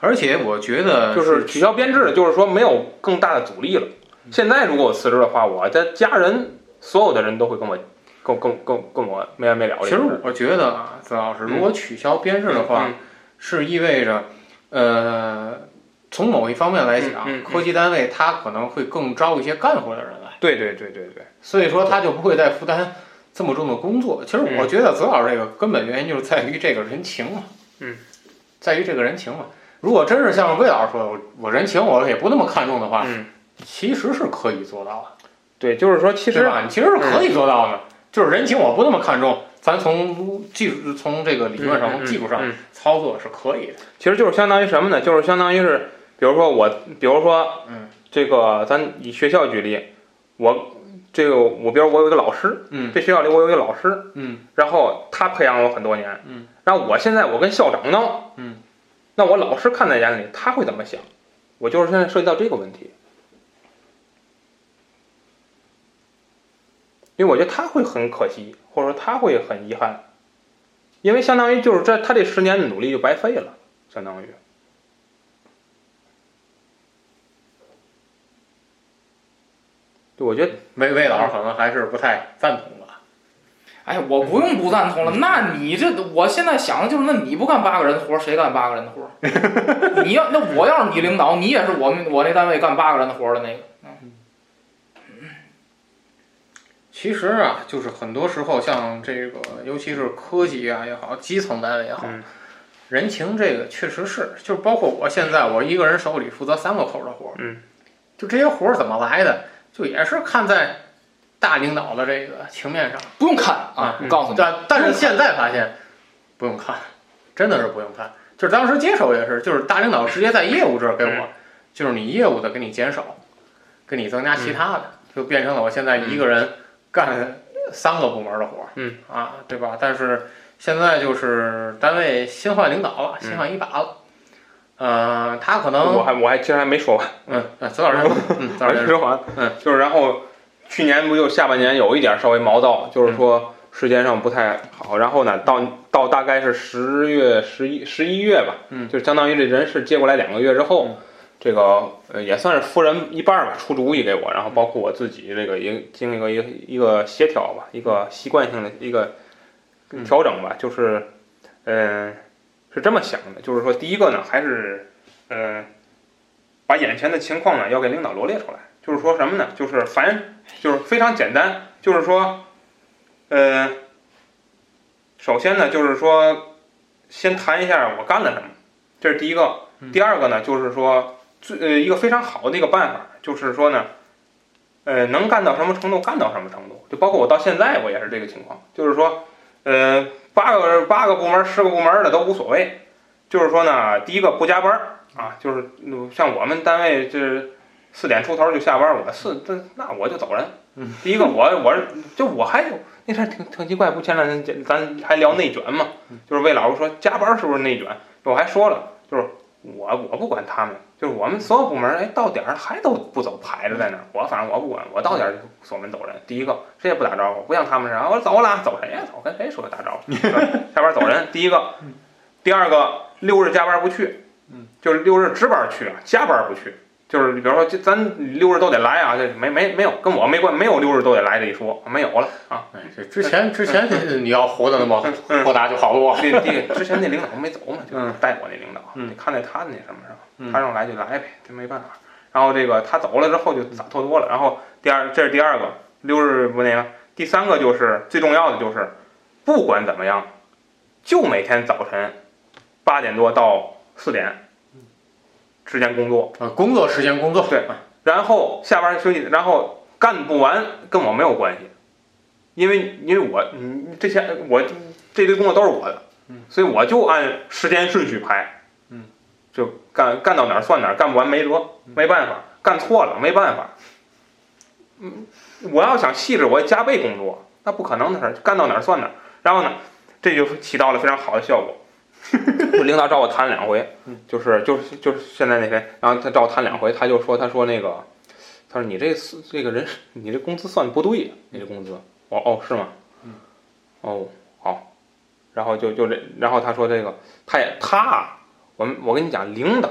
S1: 而且我觉得
S2: 呃就是取消编制了，就是说没有更大的阻力了。现在如果我辞职的话，我的家人所有的人都会跟我，跟跟跟跟我没完没了的。
S1: 其实我觉得啊，子老师，
S2: 嗯
S1: 如果取消编制的话，
S2: 嗯
S1: 是意味着，呃，从某一方面来讲，
S2: 嗯嗯嗯
S1: 科技单位它可能会更招一些干活的人来，
S2: 对对对对对，
S1: 所以说他就不会再负担这么重的工作。其实
S2: 嗯
S1: 我觉得子老师这个根本原因就是在于这个人情嘛，
S2: 嗯，
S1: 在于这个人情嘛。如果真是像魏老师说的，我我人情我也不那么看重的话，
S2: 嗯，
S1: 其实是可以做到的，
S2: 对，就是说其
S1: 对
S2: 实嗯
S1: 吧？你其实是可以做到的，就是人情我不那么看重，咱从技术从这个理论上、
S2: 嗯嗯
S1: 从
S2: 嗯
S1: 技术上
S2: 嗯
S1: 操作是可以的。
S2: 其实就是相当于什么呢？就是相当于是，比如说我，比如说，
S1: 嗯，
S2: 这个咱以学校举例，我这个我，比如我有一个老师，
S1: 嗯
S2: 这学校里我有一个老师，
S1: 嗯。
S2: 然后他培养了我很多年，
S1: 嗯，
S2: 然后我现在我跟校长闹，
S1: 嗯，
S2: 那我老师看在眼里，他会怎么想？我就是现在涉及到这个问题，因为我觉得他会很可惜，或者说他会很遗憾，因为相当于就是这他这十年的努力就白费了，相当于。对，我觉得
S1: 魏魏老师可能还是不太赞同吧。
S4: 哎，我不用不赞
S2: 嗯
S4: 同了。那你这，我现在想的就是，那你不干八个人活儿，谁干八个人的活 儿？你要那我要是你领导，你也是我们我那单位干八个人的活儿的那个。
S1: 其实啊，就是很多时候像这个，尤其是科级啊也好，基层单位也好，
S2: 嗯
S1: 人情这个确实是，就是包括我现在我一个人手里负责三个口的活儿，
S2: 嗯，
S1: 就这些活儿怎么来的，就也是看在大领导的这个情面上。
S3: 不用看
S2: 嗯
S3: 啊，我告诉你，
S1: 哦但但是现在发现不用看，真的是不用看。就是当时接手也是，就是大领导直接在业务这儿给
S2: 嗯
S1: 我，就是你业务的给你减少，给你增加
S2: 嗯
S1: 其他的，就变成了我现在一个人干三个部门的活儿，
S2: 嗯
S1: 啊，对吧？但是现在就是单位新换领导了，
S2: 嗯
S1: 新换一把了，呃，他可
S2: 我
S1: 能
S2: 还我还其实还没说完，
S1: 嗯，呃早点说，嗯，早
S2: 还没
S1: 点说，
S2: 说完，
S1: 嗯，
S2: 就是然后去年不就下半年有一点稍微毛躁，
S1: 嗯
S2: 就是说时间上不太好，然后呢，到到大概是十月十一十一月吧，
S1: 嗯
S2: 就相当于这人事接过来两个月之后。这个呃也算是夫人一半儿吧，出主意给我，然后包括我自己这个也经历过一个一个协调吧，一个习惯性的一个
S1: 嗯
S2: 调整吧，就是嗯、呃是这么想的，就是说第一个呢还是嗯、呃把眼前的情况呢要给领导罗列出来，就是说什么呢？就是凡就是非常简单，就是说呃首先呢就是说先谈一下我干了什么，这是第一个。
S1: 嗯
S2: 第二个呢，就是说最呃一个非常好的一个办法，就是说呢，呃能干到什么程度干到什么程度，就包括我到现在我也是这个情况，就是说，呃八个人八个部门十个部门的都无所谓，就是说呢，第一个不加班儿啊，就是嗯像我们单位这四点出头就下班儿，我四这那我就走人。
S1: 嗯
S2: 第一个我我是就我还有那事儿挺挺奇怪，不前两天咱还聊内卷嘛，就是魏老师说加班儿是不是内卷？我还说了，就是我我不管他们，就是我们所有部门儿，哎，到点儿还都不走，排着在那儿。我反正我不管，我到点儿就锁门走人。第一个谁也不打招呼，不像他们似的，啊我走了，走谁呀？走跟谁说打招呼？是吧下班走人。第一个，第二个，六日加班不去
S1: 嗯，
S2: 就是六日值班去啊，加班不去。就是比如说，这咱六日都得来啊，这没没没有跟我没关，没有六日都得来这一说，没有了啊。
S1: 哎，这之前之 前你要活得那么
S2: 嗯 嗯
S1: 豁达就好多，
S2: 那那之前那领导没走嘛，就
S1: 嗯
S2: 带我那领导，
S1: 嗯
S2: 你看在他的那什么上，
S1: 嗯
S2: 他让来就来呗，这没办法。然后这个他走了之后就洒脱多了。然后第二，这是第二个六日不那个，第三个就是最重要的就是，不管怎么样，就每天早晨八点多到四点
S1: 嗯
S2: 之间工作，
S1: 呃，工作时间工作，啊
S2: 对然后下班休息，然后干不完跟我没有关系，因为因为我嗯这些我这堆工作都是我的，
S1: 嗯
S2: 所以我就按时间顺序排，
S1: 嗯，
S2: 就干干到哪儿算哪儿，干不完没辙，没办法，干错了没办法，嗯，我要想细致，我加倍工作，那不可能的事儿，干到哪儿算哪儿。然后呢，这就起到了非常好的效果。 我领导找我谈两回
S1: 嗯，
S2: 就是就是就是现在那谁，然后他找我谈两回，他就说他说那个，他说你这是这个人你这工资算不对呀，啊你这工资，我哦是吗？
S1: 嗯，
S2: 哦好，然后就就这，然后他说这个他也他啊，我们我跟你讲，领导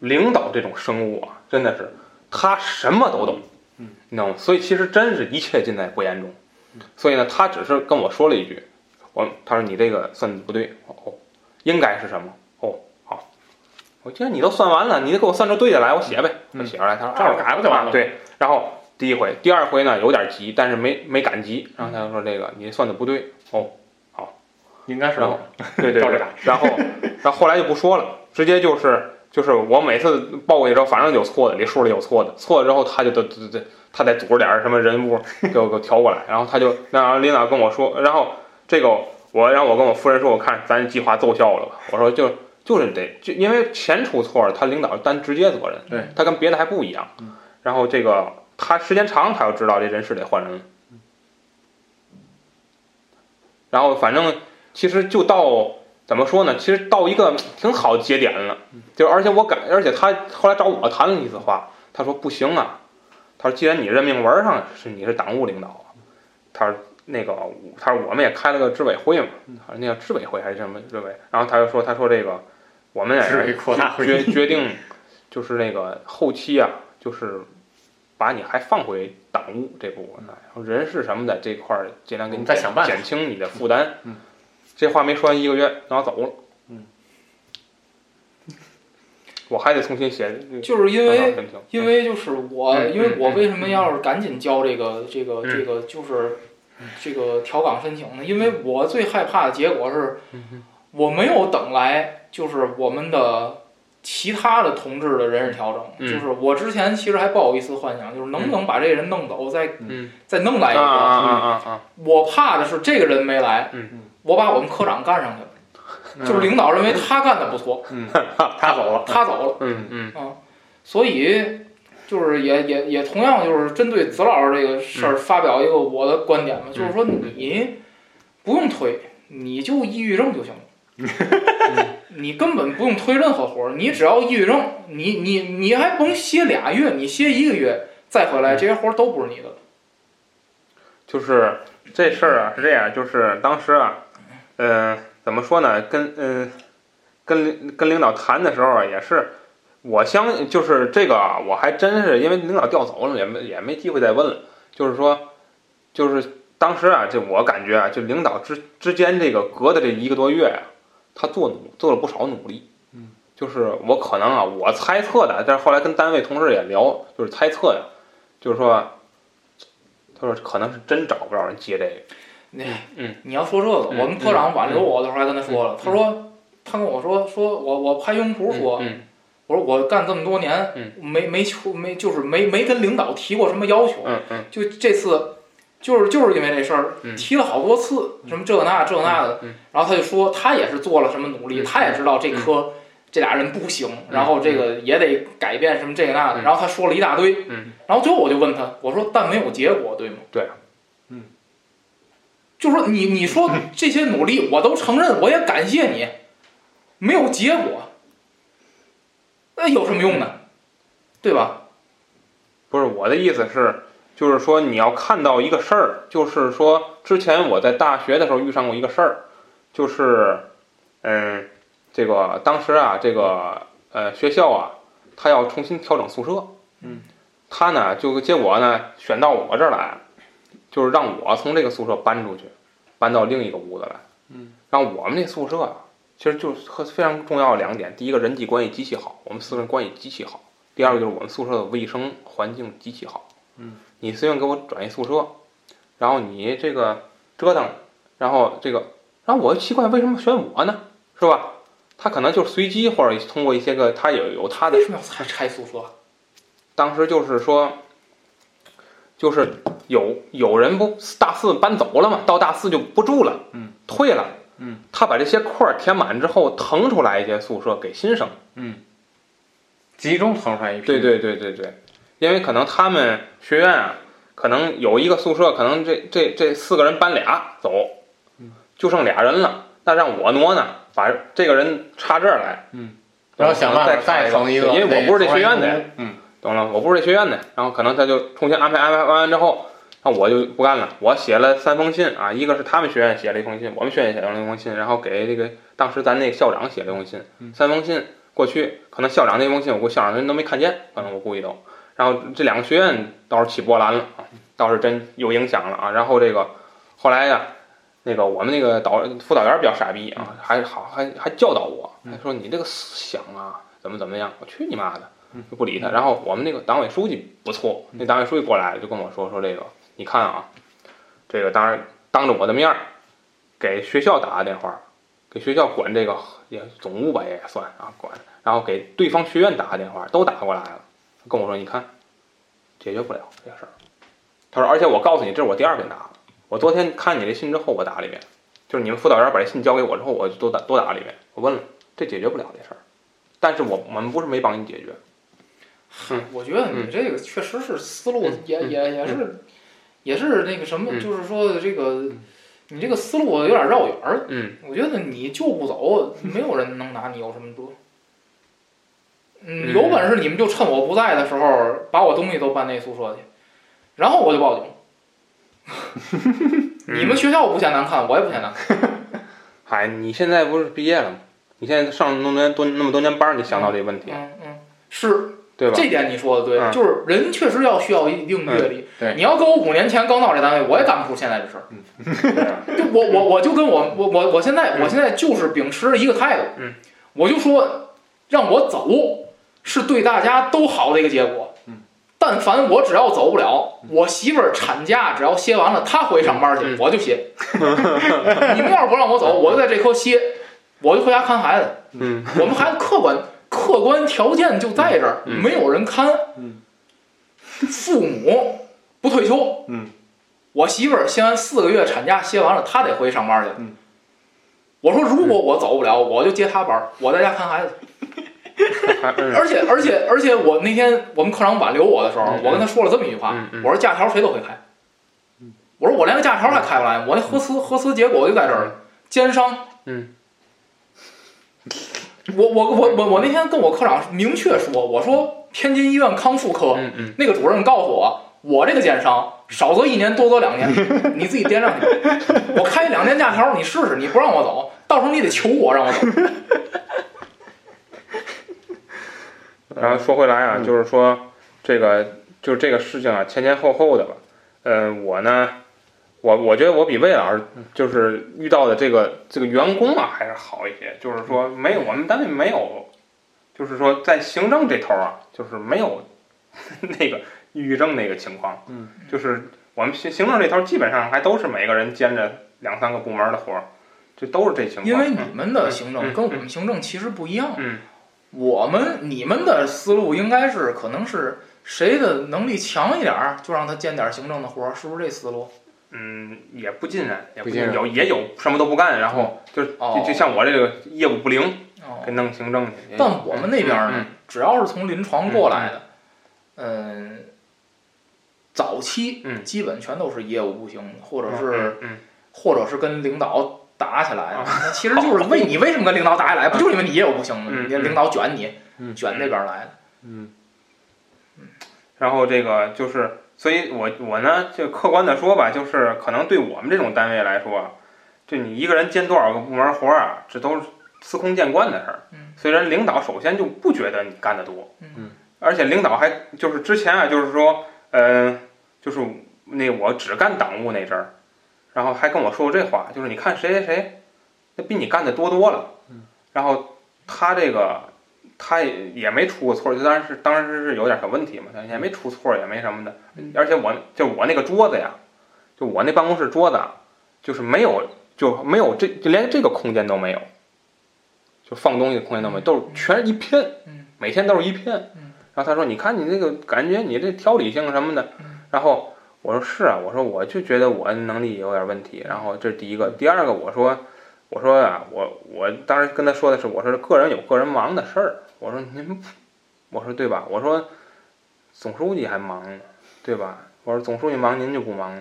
S2: 领导这种生物啊，真的是他什么都懂，
S1: 嗯，
S2: 你知道吗？所以其实真是一切尽在不言中
S1: 嗯，
S2: 所以呢，他只是跟我说了一句，我他说你这个算的不对，哦哦，应该是什么？哦好，我既然你都算完了，你就给我算出对的来，我写呗，
S1: 嗯
S2: 我写出来，他说啊
S1: 照着改不就完了吗
S2: 对，然后第一回，第二回呢有点急，但是没没赶急，然后他就说这个你算的不对，
S1: 应该是
S2: 然后对对
S1: 照着
S2: 对
S1: 改，
S2: 然后然后后来就不说了，直接就是就是我每次报过去之后，反正有错的，这数里有错的，错了之后他就得得得他再组织点儿什么人物给我给我调过来，然后他就那领导跟我说，然后这个我让我跟我夫人说，我看咱计划奏效了吧，我说就就是得就因为钱出错了，他领导担直接责任，
S1: 对
S2: 他跟别的还不一样
S1: 嗯，
S2: 然后这个他时间长他就知道这人事得换人。然后反正其实就到怎么说呢？其实到一个挺好的节点了，就而且我感，而且他后来找我谈了一次话，他说不行啊，他说既然你任命文上是你是党务领导啊，他说那个他说我们也开了个执委会嘛
S1: 嗯，
S2: 他说那个执委会还是什么执委，然后他就说他说这个我们也
S1: 治理扩大会
S2: 决决定就是那个后期啊，就是把你还放回党务这部分来，然后人事什么的这块儿尽量给
S1: 嗯我们
S2: 你
S1: 再
S2: 减
S1: 想办法
S2: 减轻你的负担。
S1: 嗯，
S2: 这话没说完一个月，然后走了。
S1: 嗯，
S2: 我还得重新写嗯那个
S3: 就是因
S2: 正
S3: 为
S2: 常申请，
S3: 因为就是我，
S2: 嗯
S3: 因为我
S2: 嗯
S3: 为什么要是赶紧交这个这个
S2: 嗯
S3: 这个就是这个调岗申请呢？因为我最害怕的结果是
S2: 嗯哼，
S3: 我没有等来就是我们的其他的同志的人事调整，
S2: 嗯
S3: 就是我之前其实还抱有一丝幻想，就是能不能把这个人弄走，再
S2: 嗯
S3: 再弄来
S2: 啊
S3: 一个。
S2: 啊啊啊
S3: 我怕的是这个人没来
S2: 嗯
S1: 嗯，
S3: 我把我们科长干上去了，就是领导认为他干的不错，
S1: 嗯，他走了，
S3: 他走了。
S2: 啊！嗯嗯
S3: 所以就是也也也同样就是针对子老师这个事儿
S2: 嗯
S3: 发表一个我的观点嘛，就是说你不用推，你就抑郁症就行了。 你根本不用推任何活儿，你只要抑郁症，你你你还甭歇俩月，你歇一个月再回
S2: 嗯
S3: 来，这些活儿都不是你的。
S2: 就是这事儿啊，是这样，就是当时啊，嗯、怎么说呢？跟嗯、跟领跟领导谈的时候啊，也是，我相信就是这个啊，我还真是因为领导调走了，也没也没机会再问了。就是说，就是当时啊，就我感觉啊，就领导之之间这个隔的这一个多月啊，他做努做了不少努力。
S1: 嗯，
S2: 就是我可能啊，我猜测的，但是后来跟单位同事也聊，就是猜测的，就是说。他说可能是真找不着人接这个。
S3: 那、
S2: 嗯
S3: 你要说这个，
S2: 嗯
S3: 我们科长挽留
S2: 嗯
S3: 我的时候还跟他说了，他说他跟我说说我我拍胸脯说，
S2: 嗯
S3: 我说我干这么多年，
S2: 嗯
S3: 没没求没就是没没跟领导提过什么要求，
S2: 嗯嗯
S3: 就这次就是就是因为这事儿、
S2: 嗯
S3: 提了好多次，什么这那这那的，
S2: 嗯
S3: 然后他就说他也是做了什么努力，
S2: 嗯
S3: 他也知道这科、这俩人不行，然后这个也得改变什么这个那的，
S2: 嗯
S3: 然后他说了一大堆，
S2: 嗯
S3: 然后最后我就问他，我说但没有结果，对吗？
S2: 对啊
S1: 嗯。
S3: 就说你你说这些努力我都承认，我也感谢你，没有结果，那有什么用呢？对吧？
S2: 不是我的意思是，就是说你要看到一个事儿，就是说之前我在大学的时候遇上过一个事儿，就是嗯，这个当时啊，这个呃学校啊，他要重新调整宿舍，
S1: 嗯，
S2: 他呢就结果呢选到我这儿来，就是让我从这个宿舍搬出去，搬到另一个屋子来，
S1: 嗯，
S2: 然后我们那宿舍啊，其实就是和非常重要的两点，第一个人际关系极其好，我们四个人关系极其好。第二个就是我们宿舍的卫生环境极其好。
S1: 嗯，
S2: 你随便给我转一宿舍，然后你这个折腾，然后这个，然后我就奇怪为什么选我呢？是吧？他可能就是随机或者通过一些个他有有他的
S3: 为，什么要拆拆宿舍？
S2: 当时就是说，就是有有人不大四搬走了嘛，到大四就不住了，
S1: 嗯，
S2: 退了，
S1: 嗯，
S2: 他把这些块儿填满之后，腾出来一些宿舍给新生。
S1: 集中腾出来一批，
S2: 对，对对对对，因为可能他们学院啊，可能有一个宿舍，可能这这这四个人搬俩走
S1: 嗯，
S2: 就剩俩人了，那让我挪呢，把这个人插这儿来，
S1: 嗯，然后想办
S2: 再
S1: 法再腾一个，
S2: 因为我不是这学院的呀，
S1: 嗯，
S2: 懂了，我不是这学院的，然后可能他就重新安排安排完之后，那我就不干了，我写了三封信啊，一个是他们学院写了一封信，我们学院写了一封信，然后给这个当时咱那个校长写了一封信，
S1: 嗯
S2: 三封信过去，可能校长那封信我估计校长人都没看见，可能我估计都，然后这两个学院倒是起波澜了啊，倒是真有影响了啊，然后这个后来呀、那个我们那个导辅导员比较傻逼啊，还好还还教导我，
S1: 嗯
S2: 还说你这个思想啊怎么怎么样，我去你妈的
S1: 嗯，
S2: 就不理他。然后我们那个党委书记不错，那党委书记过来就跟我说说这个，你看啊，这个当然当着我的面儿给学校打个电话，给学校管这个也总务吧也算啊管，然后给对方学院打个电话，都打过来了，跟我说你看解决不了这个事儿。他说，而且我告诉你，这是我第二遍打了。我昨天看你这信之后，我打了一遍，就是你们辅导员把这信交给我之后，我就多打多打了一遍。我问了，这解决不了这事儿，但是我我们不是没帮你解决，嗯
S3: 我觉得你这个确实是思路也、也也是，也是那个什么，
S2: 嗯
S3: 就是说这个
S1: 嗯，
S3: 你这个思路有点绕远儿。
S2: 嗯，
S3: 我觉得你就不走，没有人能拿你有什么辙。嗯，
S2: 嗯
S3: 有本事你们就趁我不在的时候，把我东西都搬那宿舍去，然后我就报警。 你
S2: 嗯
S3: 们学校不嫌难看，我也不嫌难看。
S2: 嗨，你现在不是毕业了吗？你现在上那么多年多那么多年班儿，你想到这问题，
S3: 嗯嗯，是
S2: 对吧？
S3: 这点你说的对，
S2: 嗯
S3: 就是人确实要需要一定阅历。
S1: 对
S3: 你要跟我五年前刚到这单位，我也干不出现在这事儿。就我我我就跟我我我我现在
S2: 嗯
S3: 我现在就是秉持一个态度，
S2: 嗯，
S3: 我就说让我走是对大家都好的一个结果。
S1: 嗯，
S3: 但凡我只要走不了，我媳妇儿产假只要歇完了，她回上班去，
S2: 嗯
S3: 我就 歇。你们要是不让我走，我就在这科歇，我就回家看孩子。
S2: 嗯，
S3: 我们孩子客观客观条件就在这儿，
S2: 嗯
S3: 没有人看。
S1: 嗯
S3: 父母不退休。
S1: 嗯，
S3: 我媳妇儿歇完四个月产假，歇完了，她得回上班去。
S1: 嗯，
S3: 我说如
S2: 嗯
S3: 果我走不了，我就接她班儿，我在家看孩子。
S2: 还嗯
S3: 而且而且而且，我那天我们科长挽留我的时候，
S2: 嗯
S3: 我跟他说了这么一句话，
S2: 嗯嗯
S3: 我说假条谁都会开，
S1: 嗯
S3: 我说我连个假条
S2: 嗯
S3: 还开不来，我那核磁核磁结果就在这儿了，奸商。
S2: 嗯。
S3: 我我我我我那天跟我科长明确说，我说天津医院康复科、
S2: 嗯嗯，
S3: 那个主任告诉我，我这个奸商少则一年，多则两年，你自己掂量去。我开两年假条，你试试，你不让我走，到时候你得求我让我走。
S2: 然后说回来啊，
S1: 嗯
S2: 就是说这个就是这个事情啊，前前后后的吧。呃，我呢，我我觉得我比魏老师
S3: 嗯
S2: 就是遇到的这个这个员工啊，还是好一些。就是说，
S3: 嗯
S2: 没有我们单位没有，就是说在行政这头啊，就是没有 那个抑郁症那个情况。
S1: 嗯，
S2: 就是我们行行政这头基本上还都是每个人兼着两三个部门的活儿，这都是这情况。
S3: 因为你
S2: 嗯
S3: 们的行
S2: 嗯嗯
S3: 政跟我们行政其实不一样。
S2: 嗯
S3: 我们你们的思路应该是，可能是谁的能力强一点儿，就让他兼点儿行政的活儿，是不是这思路？
S2: 嗯，也不尽然，也
S1: 不尽
S2: 尽
S1: 然嗯
S2: 有也有什么都不干，然后就是
S3: 哦
S2: 就就像我这个业务不灵，
S3: 哦
S2: 给，弄行政去。
S3: 但我们那边儿呢，
S2: 哎嗯
S3: 只要是从临床过来的，嗯，早期
S2: 嗯
S3: 基本全都是业务不行的，或者
S2: 嗯
S3: 是
S2: 嗯
S3: 或者是跟领导打起来的
S2: 啊。
S3: 那其实就是 为你为什么跟领导打起来，不就是因为你业务不行吗？
S2: 嗯
S3: 你的领导卷你，
S1: 嗯
S3: 卷那边儿来的。
S1: 嗯
S2: 然后这个就是，所以我我呢就客观的说吧，就是可能对我们这种单位来说，啊就你一个人兼多少个部门活儿啊，这都是司空见惯的事儿。
S3: 嗯
S2: 所以人领导首先就不觉得你干得多，
S1: 嗯，
S2: 而且领导还就是之前啊，就是说，嗯、就是那我只干党务那阵儿，然后还跟我说过这话，就是你看谁谁谁，那比你干的多多了，
S1: 嗯，
S2: 然后他这个他也也没出过错，就当然是当时是有点小问题嘛，但也没出错，也没什么的
S3: 嗯。
S2: 而且我就我那个桌子呀，就我那办公室桌子，啊，就是没有就没有这就连这个空间都没有，就放东西的空间都没有，都是全是一片，
S3: 嗯
S2: 每天都是一片。
S3: 嗯
S2: 然后他说：“你看你这个感觉，你这条理性什么的。
S3: 嗯”
S2: 然后我说：“是啊，我说我就觉得我能力有点问题。”然后这是第一个，第二个我说：“我说啊，我我当时跟他说的是，我说个人有个人忙的事儿，我说您，我说对吧？我说总书记还忙呢，对吧？我说总书记忙，您就不忙，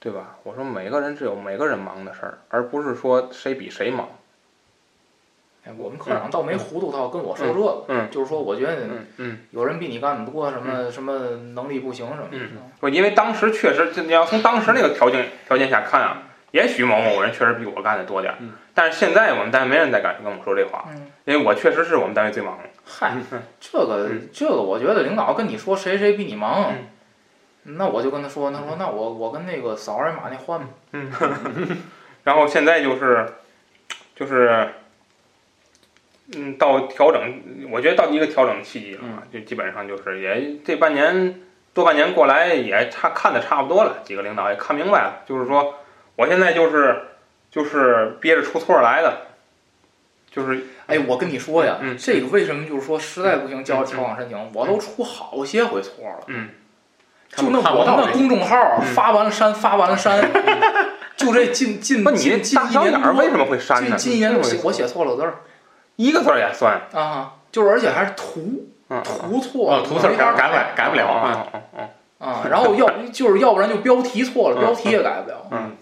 S2: 对吧？我说每个人只有每个人忙的事儿，而不是说谁比谁忙。
S3: 哎，我们科长倒没糊涂到跟我说这个，
S2: 嗯嗯嗯
S3: 就是说我觉得
S2: 嗯嗯。”
S3: 有人比你干得多，什么、什么能力不行什么的。
S2: 嗯不，因为当时确实，就你要从当时那个条件条件下看啊，也许某某人确实比我干的多点儿，
S1: 嗯
S2: 但是现在我们单位没人再敢跟我说这话，
S3: 嗯，
S2: 因为我确实是我们单位最忙的。
S3: 嗨
S2: 嗯，
S3: 这个
S2: 嗯
S3: 这个，我觉得领导跟你说谁谁比你忙
S2: 嗯，
S3: 那我就跟他说，他说那我我跟那个扫二维码那换吧。
S2: 嗯然后现在就是，就是，嗯，到调整，我觉得到一个调整期了
S3: 嗯
S2: 啊，就基本上就是也这半年多半年过来也差看的差不多了，几个领导也看明白了，就是说我现在就是就是憋着出错来的，就是
S3: 哎，我跟你说呀
S2: 嗯，
S3: 这个为什么就是说实在不行交调往申请，我都出好些回错了。
S2: 嗯。
S3: 就那
S1: 看不
S3: 我
S1: 到
S3: 那
S1: 这
S3: 公众号儿
S2: 嗯
S3: 发完了删，发完了删， 就这近近
S2: 不，你
S3: 近
S2: 这
S3: 近
S2: 大
S3: 一
S2: 小眼
S3: 年
S2: 儿
S3: 多
S2: 为什么会删呢？
S3: 近近一年多
S2: 为什
S3: 写
S2: 么会
S3: 我写错了字儿
S2: 一个字儿也算，
S3: 啊，就是而且还是图
S2: 嗯，
S3: 图错
S1: 哦，
S3: 了，
S1: 涂色
S3: 没法
S1: 改改不了，改不了啊。
S2: 啊。嗯嗯
S3: 啊，然后要就是要不然就标题错
S2: 嗯
S3: 了，标题也改不了，
S2: 嗯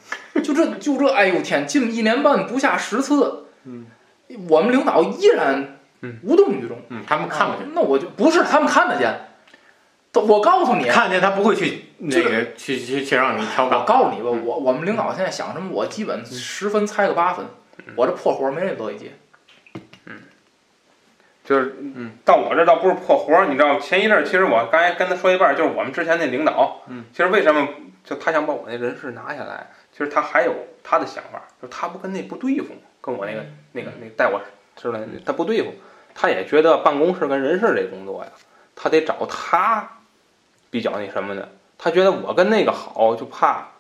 S3: 就这就这，哎呦天，近一年半不下十次，
S1: 嗯
S3: 我们领导依然
S2: 嗯
S3: 无动于衷，
S1: 嗯，他们看不见，
S3: 啊那我就不是他们看得见，都我告诉你，
S1: 嗯看见他不会去那
S3: 这
S1: 个去去去让你调
S3: 我
S1: 岗。
S3: 告诉你吧，
S2: 嗯
S3: 我我们领导现在想什么，我基本十分猜个八分，我这破活儿没人乐意接，
S2: 就是
S1: 嗯，
S2: 到我这倒不是破活儿，你知道吗？前一阵儿其实我刚才跟他说一半儿，就是我们之前那领导，
S1: 嗯，
S2: 其实为什么就他想把我那人事拿下来，其实他还有他的想法，就是他不跟那不对付吗？跟我那
S1: 嗯
S2: 个那个那个带我之类的，他不对付，他也觉得办公室跟人事这工作呀，他得找他比较那什么的，他觉得我跟那个好，就怕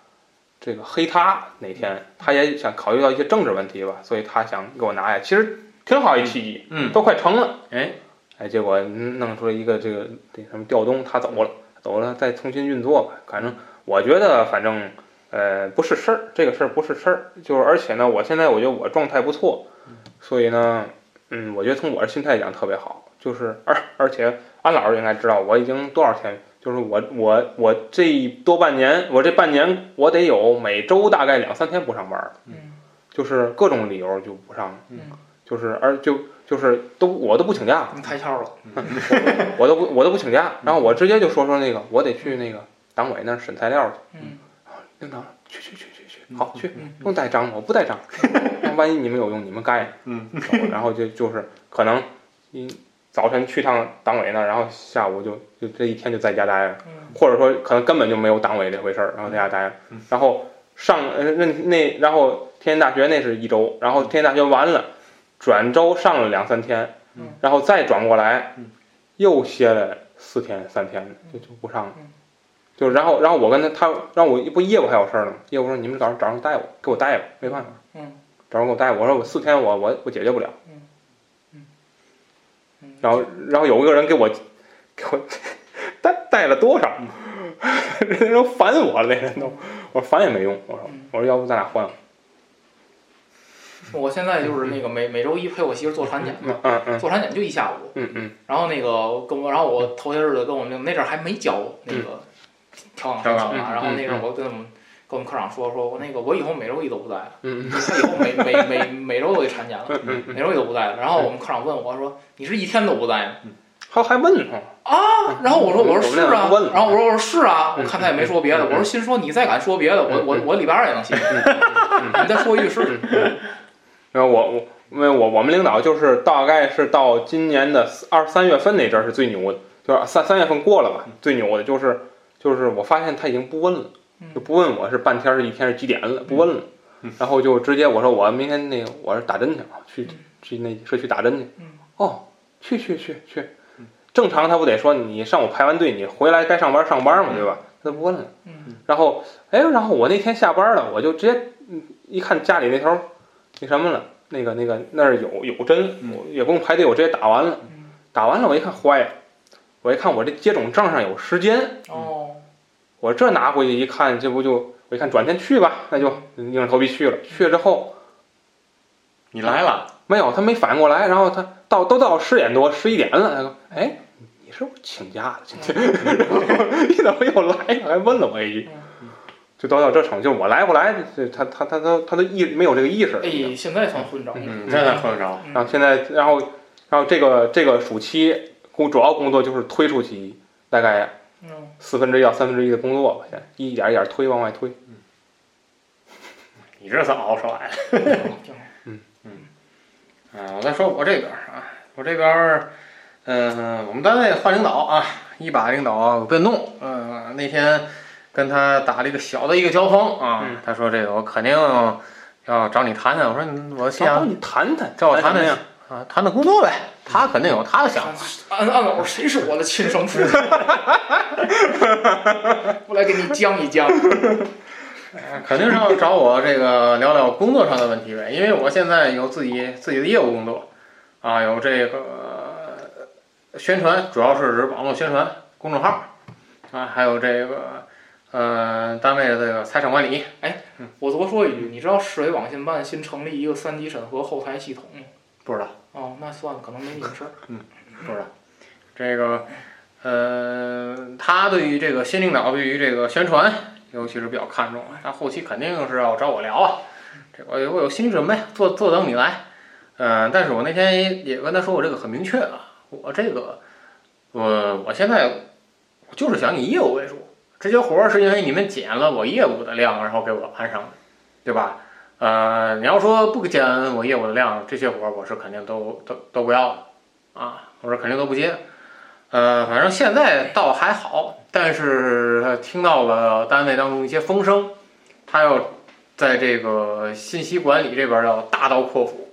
S2: 这个黑他哪
S1: 嗯
S2: 天，他也想考虑到一些政治问题吧，所以他想给我拿下，其实挺好一契机，
S1: 嗯，
S2: 都快成了，
S1: 哎
S2: 哎，结果弄出来一个这个这什么调动，他走了，走了再重新运作吧，反正我觉得反正呃不是事儿，这个事儿不是事儿，就是而且呢，我现在我觉得我状态不错，所以呢，嗯，我觉得从我的心态讲特别好，就是而而且安老师应该知道，我已经多少天，就是我我我这多半年，我这半年我得有每周大概两三天不上班儿，
S4: 嗯
S2: 就是各种理由就不上，
S1: 嗯
S2: 就是而就就是都我都不请假，
S4: 您开窍了，
S2: 我都不我都不请假，然后我直接就说说那个我得去那个党委那儿审材料去，
S4: 嗯，
S2: 领导去去去去去，
S1: 嗯
S2: 好去
S4: 嗯，
S2: 不用带章，我不带章， 万一你们有用你们该，
S1: 嗯，
S2: 然后就就是可能一早晨去趟党委那儿，然后下午就就这一天就在家待着，
S4: 嗯
S2: 或者说可能根本就没有党委这回事儿，然后在家待着
S1: 嗯，
S2: 然后上呃那那然后天津大学那是一周，然后天津大学完了，转周上了两三天
S1: 嗯，
S2: 然后再转过来
S1: 嗯，
S2: 又歇了四天三天的，就就不上了
S4: 嗯。
S2: 就然后，然后我跟他，他让我不业务还有事儿呢吗。业务说你们早上早上带我，给我带吧，没办法。
S4: 嗯，
S2: 早上给我带，我说我四天我我我解决不了。
S4: 嗯，
S2: 然后然后有一个人给我给我 带带了多少，人家都烦我了，那人都我说烦也没用，我说
S4: 嗯
S2: 我说要不咱俩换换，
S4: 我现在就是那个每每周一陪我媳妇做产检嘛，
S2: 嗯嗯
S4: 做产检就一下午，
S2: 嗯嗯
S4: 然后那个跟我，然后我头些日子跟我们那阵儿还没教那个调岗
S1: 调
S4: 申
S1: 岗
S4: 请呢，
S2: 嗯
S4: 然后
S2: 嗯
S4: 那阵儿我跟我们跟我们科长说，说我那个我以后每周一都不在了，
S2: 嗯
S4: 他以后每每每每周都得产检了，
S2: 嗯嗯嗯，
S4: 每周一都不在了。然后我们科长问我说，你是一天都不在吗？
S2: 还还问呢，
S4: 然后我说我说是啊
S2: 我们俩都问了，
S4: 然后我说我说是啊，
S2: 嗯
S4: 我看他也没说别的，
S2: 嗯嗯
S4: 我说心说你再敢说别的，我我我礼拜二也能歇，你再说一句是，
S2: 然后我我。因为我我们领导就是大概是到今年的二三月份那阵儿是最牛的，就是三三月份过了吧，最牛的就是就是我发现他已经不问了，
S4: 嗯
S2: 就不问我是半天是一天是几点了，不问了，然后就直接我说我明天那个我是打针去啊，去
S4: 嗯
S2: 去那社区打针去
S4: 嗯，
S2: 哦，去去去去
S1: 嗯，
S2: 正常他不得说你上午排完队你回来该上班上班嘛，对吧？他都不问了。
S4: 嗯
S2: 然后哎，然后我那天下班了，我就直接嗯一看家里那头儿那什么了，那个那个那儿有有针，
S1: 嗯
S2: 我也不用排队，我直接打完了
S4: 嗯。
S2: 打完了我一看坏了，我一看我这接种证上有时间，
S4: 哦，
S2: 我这拿回去一看，这不就我一看转天去吧，那就硬着头皮去了。去了之后
S1: 你来了，
S2: 没有，他没反应过来，然后他到都到十点多十一点了，他说哎。你是不是请假了？今天，然后 一早又来了，还问了我一句，就到到这程度，就是我来不来，这他他他他他都意没有这个意识了。已经
S4: 哎，现在算混账，
S1: 嗯，这才混着，
S2: 然后现在，然后，然后这个这个暑期工主要工作就是推出去大概
S4: 嗯，
S2: 四分之一到三分之一的工作吧，现在一点一点推往外推。
S1: 你这是熬出来的。
S4: 挺好
S1: 啊，我再说我这边儿啊，我这边儿，嗯、我们单位换领导啊，一把领导变动，嗯、那天跟他打了一个小的一个交锋啊，
S2: 嗯
S1: 他说这个我肯定要找你谈谈，我说你我
S2: 想
S1: 想
S2: 你谈谈，
S1: 叫我
S2: 谈
S1: 谈谈
S2: 呀。
S1: 啊，谈谈工作呗，他肯定有他的想法。
S4: 按按老师，谁是我的亲生父亲？ 我来给你将一将。
S1: 哎肯定是要找我这个聊聊工作上的问题呗，因为我现在有自己自己的业务工作，啊，有这个呃宣传，主要是指网络宣传、公众号，啊，还有这个呃单位的这个财产管理，
S4: 我多说一句，你知道市委网信办新成立一个三级审核后台系统吗？
S1: 不知道
S4: 哦，那算了，可能没你的事儿。
S1: 不知道，这个呃他对于这个新领导对于这个宣传，尤其是比较看重，啊他后期肯定是要找我聊啊，这我有我有心理准备，坐坐等你来。嗯、但是我那天也也跟他说，我这个很明确啊，我这个，我我现在就是想以业务为主，这些活儿是因为你们减了我业务的量，然后给我安上的，对吧？呃，你要说不减我业务的量，这些活儿我是肯定都都都不要的，啊，我说肯定都不接。呃，反正现在倒还好，但是他听到了单位当中一些风声，他要在这个信息管理这边要大刀阔斧。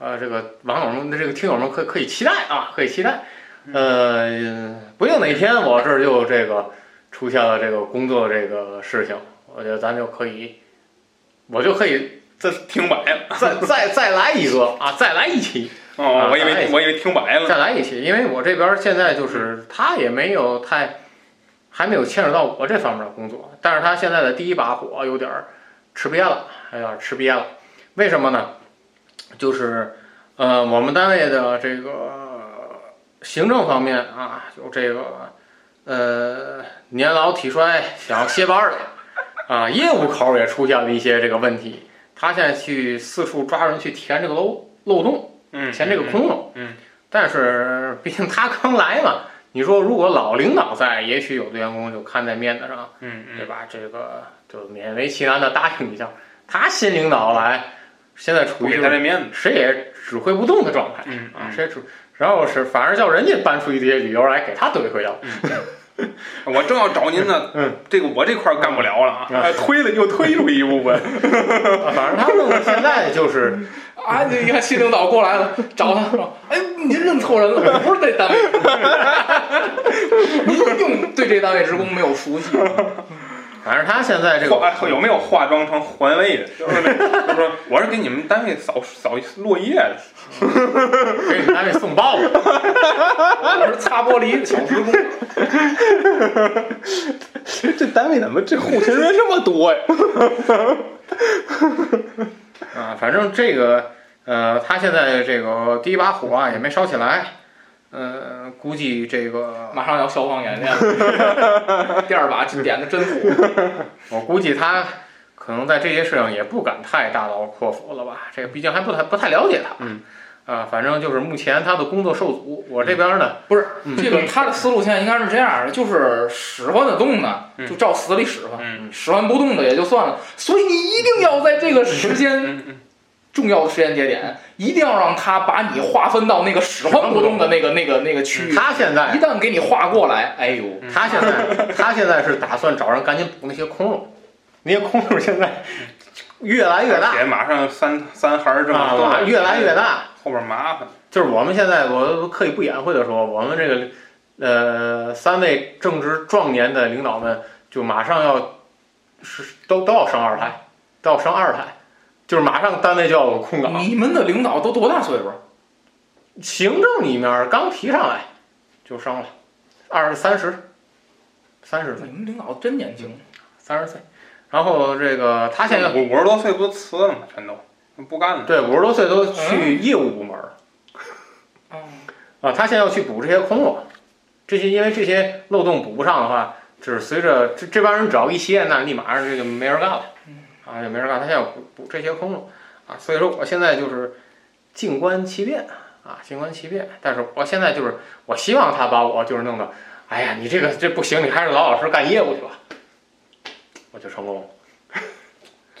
S1: 呃，这个网友们、这个听友们可可以期待啊，可以期待。呃，不定哪天我这儿就这个出现了这个工作这个事情，我觉得咱就可以，我就可以再
S2: 听白了。
S1: 再再再来一个啊，再来一期。
S2: 哦，我以
S1: 哎
S2: 为我以为听白了。
S1: 再来一期，因为我这边现在就是他也没有太，还没有牵扯到我这方面的工作，但是他现在的第一把火有点儿吃瘪了，有点儿吃瘪了。为什么呢？就是呃，我们单位的这个呃行政方面啊，有这个呃年老体衰想要歇班儿的啊，业务口儿也出现了一些这个问题，他现在去四处抓人去填这个漏漏洞。
S2: 嗯，
S1: 填这个空洞。
S2: 嗯嗯
S1: 但是毕竟他刚来嘛，你说如果老领导在，也许有的员工就看在面子上，
S2: 嗯
S1: 对
S2: 嗯
S1: 吧？这个就勉为其难的答应一下。他新领导来，现在处
S2: 不
S1: 于
S2: 给
S1: 这
S2: 他
S1: 种
S2: 这面子。
S1: 谁也指挥不动的状态
S2: 嗯
S1: 啊，谁也指，然后是反而叫人家搬出一些理由来给他怼回来。
S2: 嗯我正要找您呢，
S1: 嗯，
S2: 这个我这块儿干不了了啊，
S1: 嗯
S2: 哎推了又推出一部 分，
S1: 啊反正他们现在就是
S4: 啊，你看新领导过来了，找他说：“哎，您认错人了，我不是这单位。” 您一定对这单位职工没有熟悉。
S1: 反正他现 在这个
S2: 化哎有没有化妆成环卫的？ 就是那就是说我是给你们单位扫扫落叶的，
S1: 给你们单位送报了，
S4: 我是擦玻璃的小职工，
S2: 这单位怎么这后勤人这么多 呀？
S1: 啊，反正这个呃，他现在这个第一把火啊也没烧起来，呃，估计这个
S4: 马上要消防演练了。 第二把点的真火，
S1: 我估计他可能在这些事上也不敢太大刀阔斧了吧，这个毕竟还不太不太了解他，
S2: 嗯，
S1: 啊，反正就是目前他的工作受阻，我这边呢，
S4: 不是
S1: 嗯
S4: 这个他的思路现在应该是这样的，就是使唤得动呢，就照死里使唤；
S2: 嗯
S4: 使唤不动的也就算了。所以你一定要在这个时间
S2: 嗯嗯，
S4: 重要的时间节点，一定要让他把你划分到那个使唤不动的那个那个那个
S3: 嗯
S4: 区域。
S1: 他现
S4: 一
S1: 在
S4: 旦给你划过来，哎呦，
S1: 他现在他现在是打算找人赶紧补那些空窿，那些空窿现在越来越大
S2: 而且马上三三孩儿这么
S1: 啊，
S2: 多，
S1: 越来越大。
S2: 后边麻烦。
S1: 就是我们现在，我刻意不隐晦的说，我们这个呃三位正值壮年的领导们，就马上要是都都要生二胎，都要生二胎，就是马上单位就要有空岗。
S4: 你们的领导都多大岁数？
S1: 行政里面刚提上来就生了，二三十，三十岁，
S4: 你们领导真年轻。
S1: 三十岁，然后这个他现在
S2: 五五十多岁不都辞了吗？全都不干了。
S1: 对五十多岁都去业务部门了。啊，他现在要去补这些空了，这些因为这些漏洞补不上的话，就是随着这这帮人只要一歇，那立马上这就没人干了，啊，就没人干。他现在要补补这些空了啊，所以说我现在就是静观其变啊，静观其变。但是我现在就是我希望他把我就是弄的，哎呀，你这个这不行，你还是老老实干业务去吧，我就成功了。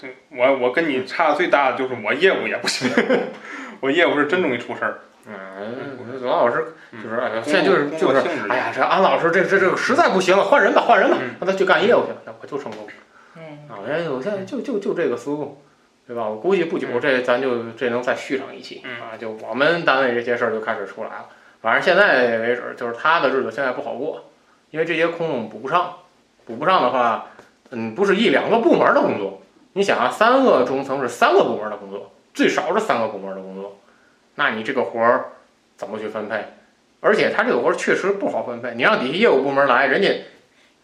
S2: 对，我我跟你差最大的就是我业务也不 行，我业务是真容易出事儿。
S1: 嗯，我觉得老师就是，哎呀，
S2: 工作
S1: 现在就是
S2: 工
S1: 就
S2: 作
S1: 是
S2: 性质，
S1: 哎呀，这安老师这这这个实在不行了，换人吧，换人吧
S2: 嗯，
S1: 让他去干业务去了，那我就成功了。
S4: 嗯，
S1: 啊，人家我现在就就就这个思路，对吧？我估计不久这咱就这能再续上一期
S2: 嗯
S1: 啊，就我们单位这些事儿就开始出来了。反正现在为止，就是他的日子现在不好过，因为这些空洞补不上，补不上的话，嗯，不是一两个部门的工作，你想啊，三个中层是三个部门的工作，最少是三个部门的工作，那你这个活儿怎么去分配？而且他这个活儿确实不好分配，你让底下业务部门来，人家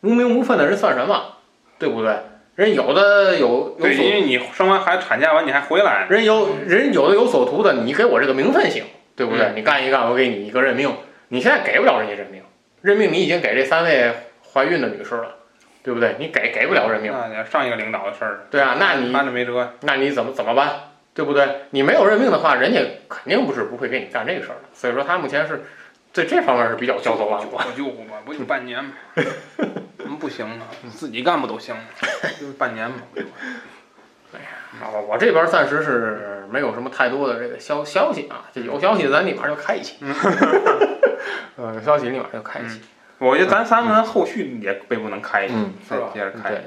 S1: 无名无分的人算什么，对不对？人有的有有
S2: 对，因
S1: 所，
S2: 为你生完孩子产假完你还回来，
S1: 人有人有的有所图的，你给我这个名分行，对不对？
S2: 嗯
S1: 你干一干，我给你一个任命。你现在给不了人家任命，任命你已经给这三位怀孕的女士了，对不对？你给给不了任命，
S2: 那也上一个领导的事儿。
S1: 对啊，那你
S2: 他这没辙。
S1: 那你怎么怎么办？对不对？你没有任命的话，人家肯定不是不会给你干这个事儿的。所以说，他目前是对这方面是比较焦头烂额。
S2: 我就不吧，不就半 年吗？嗯不行啊，自己干不都行吗？就是半年嘛，我就
S1: 啊，我我这边暂时是没有什么太多的这个消消息啊，这有消息咱立马就开一 期，呃，有消息立马就开一期，
S2: 我觉得咱三个人后续也未不能开，
S1: 嗯，
S2: 再接着开
S1: 对，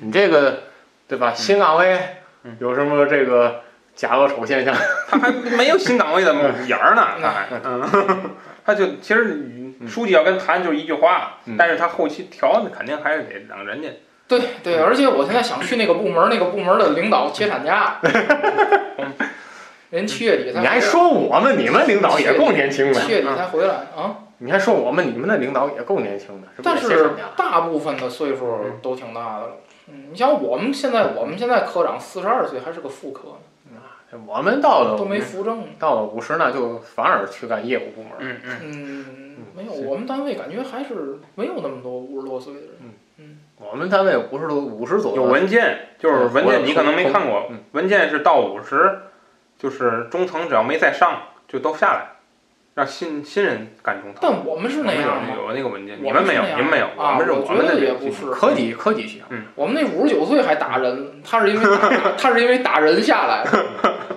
S1: 你这个对吧？新岗位
S2: 嗯
S1: 有什么这个假恶丑现象？
S2: 他还没有新岗位的
S1: 嗯
S2: 眼儿呢，他还，嗯他就其实你书记要跟谈就是一句话
S1: 嗯，
S2: 但是他后期调肯定还是得让人家，
S3: 对对，而且我现在想去那个部门，那个部门的领导接产假，人七月底才
S1: 你还说我们你们领导也够年轻的，
S3: 七月底才回来啊？
S1: 你还说我们你们的领导也够年轻的，是不
S3: 但
S1: 也歇
S3: 是
S1: 产假？
S3: 大部分的岁数都挺大的了。嗯，你像我们现在，我们现在科长四十二岁还是个副科呢，
S1: 我们到
S2: 哦
S1: 了
S3: 都
S2: 嗯
S3: 没扶正呢。
S1: 到了五十呢，就反而去干业务部门。
S2: 嗯嗯，
S3: 嗯，没有，
S1: 是
S3: 我们单位感觉还是没有那么多五十多岁的人。
S1: 我们单位五十多五十左右，
S2: 有文件，就是文件你可能没看过
S1: 嗯，
S2: 文件是到五十，就是中层只要没再上就都下来，让新新人干中层。
S3: 但我们是
S2: 我
S3: 那
S2: 们
S3: 样
S2: 有
S3: 吗？
S2: 有那个文件，你
S3: 我们
S2: 们
S3: 是
S2: 没有，
S3: 那样
S2: 你们没有，
S3: 啊，
S2: 们是
S3: 我
S2: 我
S3: 觉
S2: 们的
S3: 得
S2: 这
S3: 也
S2: 个
S3: 不
S2: 系
S3: 是
S2: 统。
S1: 科级科级学校，
S3: 我们那五十九岁还打人，他是 因为打他是因为打人下来的，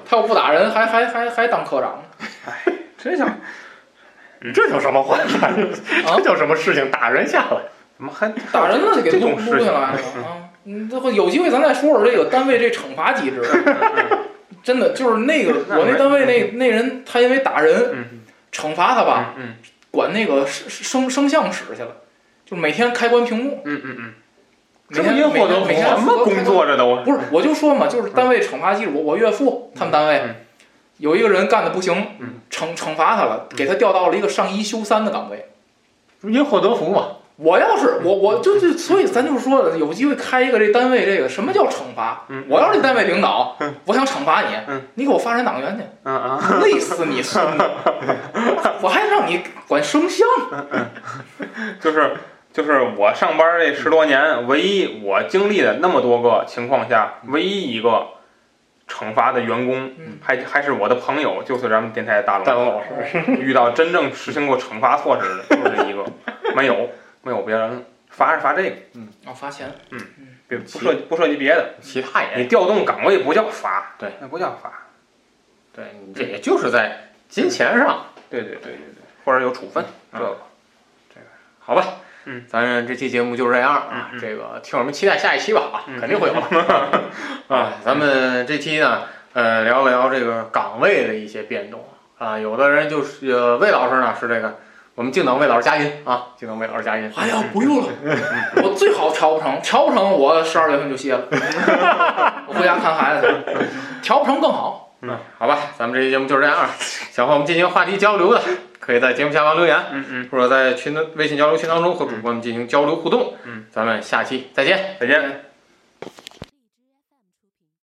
S3: 他要不打人还还还还当科长呢。
S2: 真想
S1: 这叫什么话？
S2: 啊
S1: 这叫什么事情？打人下来，
S2: 怎么还
S3: 打人了就给
S2: 这
S3: 撸
S2: 种
S3: 撸
S2: 事情
S3: 下来了啊！嗯，这会有机会咱再说说这个单位这惩罚机制。 真的就是那个
S2: 嗯那
S3: 我那
S2: 没
S3: 单位那那人，他因为打人
S2: 嗯
S3: 惩罚他吧，
S2: 嗯嗯
S3: 管那个声声声像室去了，就每天开关屏幕，
S2: 嗯嗯嗯，
S3: 每
S2: 这
S3: 天
S2: 么因祸得福，
S3: 每天
S2: 什么工？作这都是？
S3: 不是，我就说嘛，就是单位惩罚机制。我我岳父他们单位
S2: 嗯
S3: 有一个人干的不行
S2: 嗯，
S3: 惩惩罚他了，给他调到了一个上一休三的岗位。
S1: 因祸得福嘛。
S3: 我要是我我就就所以咱就说了，有机会开一个这单位这个什么叫惩罚？
S2: 嗯
S3: 我要是这单位领导，我想惩罚你
S2: 嗯，
S3: 你给我发展党员去，
S2: 嗯嗯，
S3: 累死你 孙子！我还让你管声像，
S2: 就是就是我上班这十多年，唯一我经历的那么多个情况下，唯一一个惩罚的员工
S3: 嗯，
S2: 还还是我的朋友，就是咱们电台的大
S1: 大
S2: 龙，
S1: 龙老师，
S2: 遇到真正实行过惩罚措施的就是这一个，没有没有别人罚是罚这个，
S3: 我罚钱。
S2: 别不涉及不涉及别的，
S1: 其他也
S2: 你调动岗位不叫罚，
S1: 对，
S2: 那不叫罚，
S1: 对你这也就是在金钱上，
S2: 对对对对对，或者有处分，这个
S1: 好吧？
S2: 嗯，
S1: 咱这期节目就是这样啊，
S2: 嗯嗯
S1: 这个听我们期待下一期吧啊，
S2: 嗯
S1: 肯定会有的 啊。咱们这期呢，呃，聊了聊这个岗位的一些变动啊，有的人就是呃，魏老师呢是这个。我们静等魏老师佳音啊，静等魏老师佳音。
S3: 哎呀，不用了，
S2: 嗯
S3: 我最好调不成，调不成我十二月份就歇了，我回家看孩子去了。调不成更好。
S1: 好吧，咱们这期节目就是这 样啊。想和我们进行话题交流的，可以在节目下方留言，
S2: 嗯嗯，
S1: 或者在群的微信交流群当中和主播们进行交流互动。
S2: 嗯，
S1: 咱们下期再见。
S2: 再见。